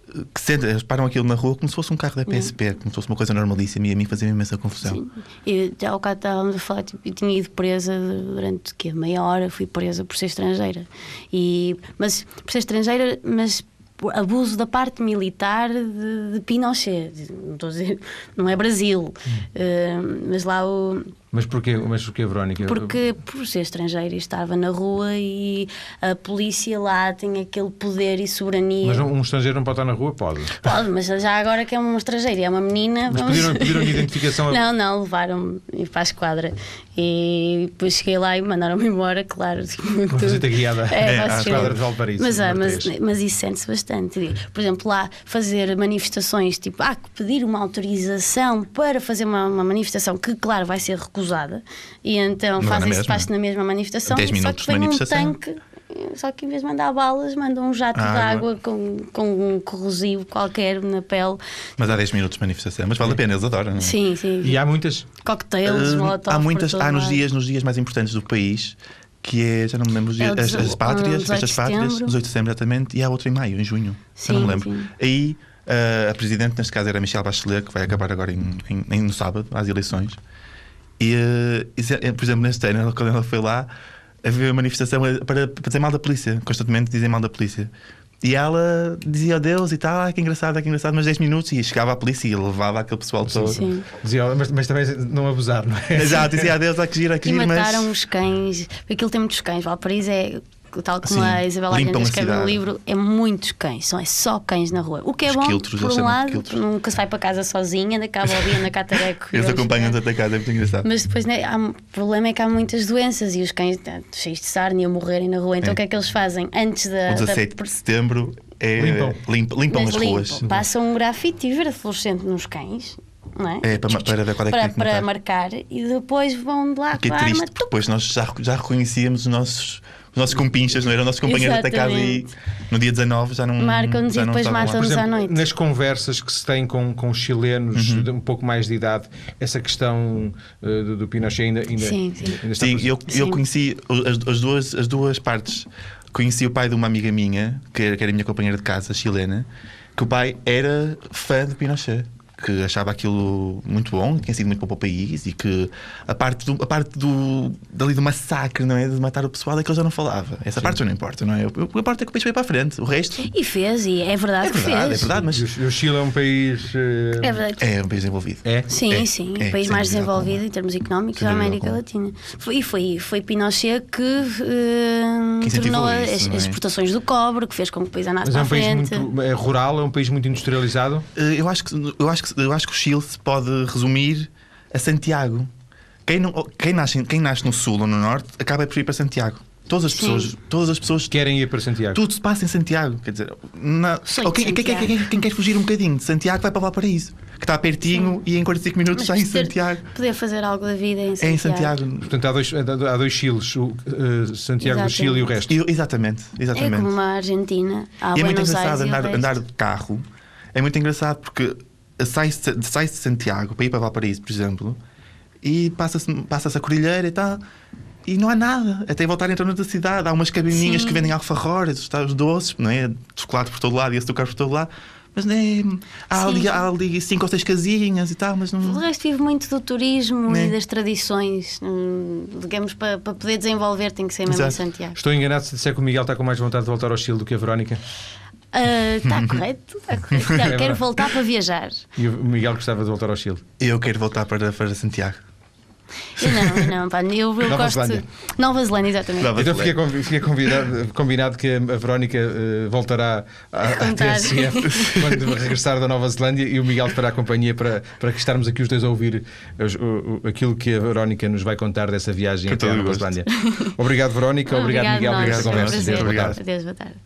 Speaker 3: eh, Que sente- eles param aquilo na rua como se fosse um carro da PSP, como se fosse uma coisa normalíssima e a mim fazia imensa confusão.
Speaker 2: Sim. Eu, já ao bocado estávamos a falar, tipo, eu tinha ido presa de- durante quê? meia hora, fui presa por ser estrangeira. E, mas por ser estrangeira, mas por abuso da parte militar de, de Pinochet. Não estou a dizer, não é Brasil.
Speaker 1: Hum.
Speaker 2: Eh, mas lá o.
Speaker 1: Mas porquê, mas porquê Verónica?
Speaker 2: Porque por ser estrangeira e estava na rua e a polícia lá tem aquele poder e soberania.
Speaker 1: Mas um um estrangeiro não pode estar na rua? Pode.
Speaker 2: Pode, mas já agora que é uma estrangeira e é uma menina.
Speaker 1: Mas
Speaker 2: vamos-
Speaker 1: pediram, pediram identificação a...
Speaker 2: Não, não, levaram-me para a esquadra. E depois cheguei lá e mandaram-me embora, claro. tipo, tudo.
Speaker 1: visita guiada.
Speaker 2: É,
Speaker 3: É,
Speaker 2: faço
Speaker 3: à
Speaker 2: visita.
Speaker 1: esquadra de Valparaíso,
Speaker 2: Mas, ah,
Speaker 1: número
Speaker 2: mas,
Speaker 1: três.
Speaker 2: mas isso sente-se bastante. Por exemplo, lá fazer manifestações, tipo, há que pedir uma autorização para fazer uma, uma manifestação que, claro, vai ser recusada. E
Speaker 1: é
Speaker 2: então
Speaker 3: Mas
Speaker 2: fazem-se
Speaker 3: mesma.
Speaker 2: faz na mesma manifestação,
Speaker 3: Dez
Speaker 2: só
Speaker 3: minutos
Speaker 2: que
Speaker 3: de
Speaker 2: vem um
Speaker 3: manifestação.
Speaker 2: tanque. Só que em vez de mandar balas, mandam um jato de
Speaker 3: Água.
Speaker 2: água com, com um corrosivo qualquer na pele.
Speaker 3: Mas há 10 minutos de manifestação, mas vale a pena, eles adoram. não é?
Speaker 2: Sim, sim.
Speaker 1: E há muitas.
Speaker 2: Cocktails,
Speaker 3: Hum,
Speaker 2: molotov.
Speaker 3: há
Speaker 2: por
Speaker 3: muitas,
Speaker 2: todo
Speaker 3: há nos
Speaker 2: lado.
Speaker 3: dias, nos dias mais importantes do país, que é, já não me lembro os
Speaker 2: É o
Speaker 3: dias, as,
Speaker 2: dezo-
Speaker 3: as pátrias,
Speaker 2: um, 18
Speaker 3: estas
Speaker 2: de
Speaker 3: pátrias,
Speaker 2: setembro.
Speaker 3: 18 de setembro exatamente, e há outra em maio, em junho, já não
Speaker 2: Sim,
Speaker 3: me lembro.
Speaker 2: sim.
Speaker 3: Aí ah, a presidente, neste caso era Michelle Bachelet, que vai acabar agora em- em- em- no sábado, às eleições, e, ah, isso é- por exemplo, neste ano, ela- quando ela foi lá, havia uma manifestação eh, para, para dizer mal da polícia, constantemente dizem mal da polícia. E ela dizia adeus e tal, ah, que engraçado, ah, que engraçado, mas 10 minutos e chegava a polícia e levava aquele pessoal todo.
Speaker 2: Sim.
Speaker 1: Dizia, mas, mas também não abusar, não é?
Speaker 3: Exato, dizia adeus, há que gira, há que
Speaker 2: E
Speaker 3: gira, mas.
Speaker 2: mataram os cães. Aquilo tem muitos cães. Valparaíso é tal como
Speaker 3: Assim,
Speaker 2: a Isabela
Speaker 3: limpam
Speaker 2: Allende
Speaker 3: a
Speaker 2: escreve no
Speaker 3: cidade.
Speaker 2: livro, é muitos cães, são é só cães na rua. O que é
Speaker 3: Os
Speaker 2: bom,
Speaker 3: quiltros,
Speaker 2: por
Speaker 3: eles
Speaker 2: um
Speaker 3: chamam de
Speaker 2: lado,
Speaker 3: quiltros.
Speaker 2: nunca se vai para casa sozinha, anda cá a Bobby, anda cá Tareco. e
Speaker 3: Eles acompanham-te
Speaker 2: né?
Speaker 3: até casa, é muito engraçado.
Speaker 2: Mas depois né, há- o problema é que há muitas doenças e os cães né, cheios de sarna e a morrerem na rua. Então
Speaker 3: É.
Speaker 2: o que é que eles fazem? Antes da.
Speaker 3: O
Speaker 2: da-
Speaker 3: 17 de setembro é
Speaker 1: Limpam.
Speaker 3: limpa- limpam
Speaker 2: eh, mas
Speaker 3: as
Speaker 2: limpam.
Speaker 3: ruas.
Speaker 2: Passam um grafite verde fluorescente nos cães, não é?
Speaker 3: É, para, ma- para ver qual é que
Speaker 2: para,
Speaker 3: tem que
Speaker 2: para
Speaker 3: limpar.
Speaker 2: marcar e depois vão de lá
Speaker 3: Que
Speaker 2: com
Speaker 3: é
Speaker 2: a arma.
Speaker 3: triste, porque
Speaker 2: tup,
Speaker 3: depois nós já, rec- já reconhecíamos os nossos, os nossos compinchas, não eram nossos companheiros até casa e no dia 19 já não.
Speaker 2: Marcam-nos
Speaker 3: já
Speaker 2: e
Speaker 3: não
Speaker 2: depois
Speaker 3: estavam lá.
Speaker 2: matam-nos. à noite.
Speaker 1: Nas conversas que se tem com, com os chilenos
Speaker 3: Uhum.
Speaker 1: de um pouco mais de idade, essa questão eh, do, do Pinochet ainda, ainda,
Speaker 2: Sim, sim.
Speaker 1: ainda está
Speaker 3: Sim,
Speaker 1: presente.
Speaker 3: eu, eu
Speaker 2: Sim.
Speaker 3: conheci as, as duas, as duas partes. Conheci o pai de uma amiga minha, que era, que era a minha companheira de casa, chilena, que o pai era fã de Pinochet, que achava aquilo muito bom, que tinha sido muito bom para o país e que a parte, do, a parte do, dali do massacre, não é? De matar o pessoal, é que ele já não falava. Essa parte já não importa, não é? O que importa é que o país foi para a frente. O resto
Speaker 2: E fez, e é verdade
Speaker 3: é
Speaker 2: que
Speaker 3: verdade, é
Speaker 2: fez.
Speaker 3: verdade, mas
Speaker 1: E o, e o Chile é um país. eh,
Speaker 2: É verdade.
Speaker 3: é um país desenvolvido.
Speaker 1: é?
Speaker 2: Sim,
Speaker 3: É,
Speaker 2: sim,
Speaker 3: é,
Speaker 2: o país
Speaker 3: sem
Speaker 2: mais
Speaker 3: dúvida alguma.
Speaker 2: desenvolvido em termos económicos
Speaker 3: Sem
Speaker 2: da
Speaker 3: dúvida
Speaker 2: América
Speaker 3: alguma.
Speaker 2: Latina. Foi, e foi, foi Pinochet que, eh,
Speaker 3: Que incentivou
Speaker 2: tornou
Speaker 3: isso,
Speaker 2: as,
Speaker 3: não é?
Speaker 2: as exportações do cobre, que fez com que o país andasse
Speaker 1: Mas é
Speaker 2: para a
Speaker 1: um país
Speaker 2: frente.
Speaker 1: muito é rural, é um país muito industrializado.
Speaker 3: Eh, eu acho que eu acho que eu acho que o Chile se pode resumir a Santiago. Quem não quem nasce quem nasce no sul ou no norte acaba por ir para Santiago. Todas as
Speaker 2: Sim.
Speaker 3: pessoas, todas as pessoas
Speaker 1: Querem ir para Santiago.
Speaker 3: tudo se passa em Santiago, quer dizer, na,
Speaker 2: Sonho
Speaker 3: ou quem,
Speaker 2: de
Speaker 3: quem- quem-
Speaker 2: Santiago.
Speaker 3: quem- quem quer fugir um bocadinho de Santiago vai para Valparaíso, que está pertinho e em 45 minutos
Speaker 2: Mas
Speaker 3: está em
Speaker 2: poder-
Speaker 3: Santiago.
Speaker 2: Poder fazer algo da vida em
Speaker 3: É
Speaker 2: Santiago.
Speaker 3: em Santiago.
Speaker 1: Portanto, há dois, há dois Chiles, o, eh, Santiago do
Speaker 2: Exatamente.
Speaker 1: Chile e o resto.
Speaker 3: Eu- exatamente,
Speaker 2: É
Speaker 3: exatamente.
Speaker 2: como uma Argentina. Há
Speaker 3: E é muito
Speaker 2: Buenos
Speaker 3: engraçado
Speaker 2: Aires e o
Speaker 3: andar,
Speaker 2: resto.
Speaker 3: andar de carro. É muito engraçado porque sai-se sai de Santiago para ir para Valparaíso, por exemplo, e passa-se passa a cordilheira e tal. E não há nada, até voltar então noutra cidade. Há umas cabininhas
Speaker 2: Sim.
Speaker 3: que vendem alfarrores, os tais doces, não é? Chocolate por todo lado e açúcar por todo lado. Mas não é. Há
Speaker 2: Sim.
Speaker 3: ali, há ali cinco ou seis casinhas e tal, mas
Speaker 2: O
Speaker 3: não.
Speaker 2: resto vive muito do turismo
Speaker 3: Né?
Speaker 2: e das tradições. Hum, digamos, para, para poder desenvolver, tem que ser mesmo em
Speaker 3: Exato.
Speaker 2: Santiago.
Speaker 1: Estou enganado se disser que o Miguel está com mais vontade de voltar ao Chile do que a Verónica.
Speaker 2: Está Ah, tá correto, está correto.
Speaker 3: É
Speaker 2: Não,
Speaker 1: verdade.
Speaker 2: quero voltar para viajar.
Speaker 1: E o Miguel gostava de voltar ao Chile.
Speaker 3: Eu quero voltar para, para Santiago.
Speaker 2: Eu não, eu não, pá, eu, eu
Speaker 1: Nova
Speaker 2: gosto.
Speaker 1: Zelândia.
Speaker 2: Nova Zelândia, exatamente.
Speaker 3: Nova
Speaker 1: Então fiquei,
Speaker 3: Zelândia.
Speaker 1: convi- fiquei convidado, combinado que a Verónica eh, voltará à, à
Speaker 2: Contar.
Speaker 1: TSF quando regressar da Nova Zelândia e o Miguel fará companhia para, para que estarmos aqui os dois a ouvir os- o- o- aquilo que a Verónica nos vai contar dessa viagem
Speaker 3: Com
Speaker 1: até à
Speaker 3: todo o
Speaker 1: Nova
Speaker 3: gosto.
Speaker 1: Zelândia. Obrigado, Verónica. Obrigado, Miguel,
Speaker 2: nós,
Speaker 1: pelas
Speaker 2: foi um
Speaker 1: conversas.
Speaker 2: prazer.
Speaker 3: Obrigado.
Speaker 2: Adeus, boa tarde.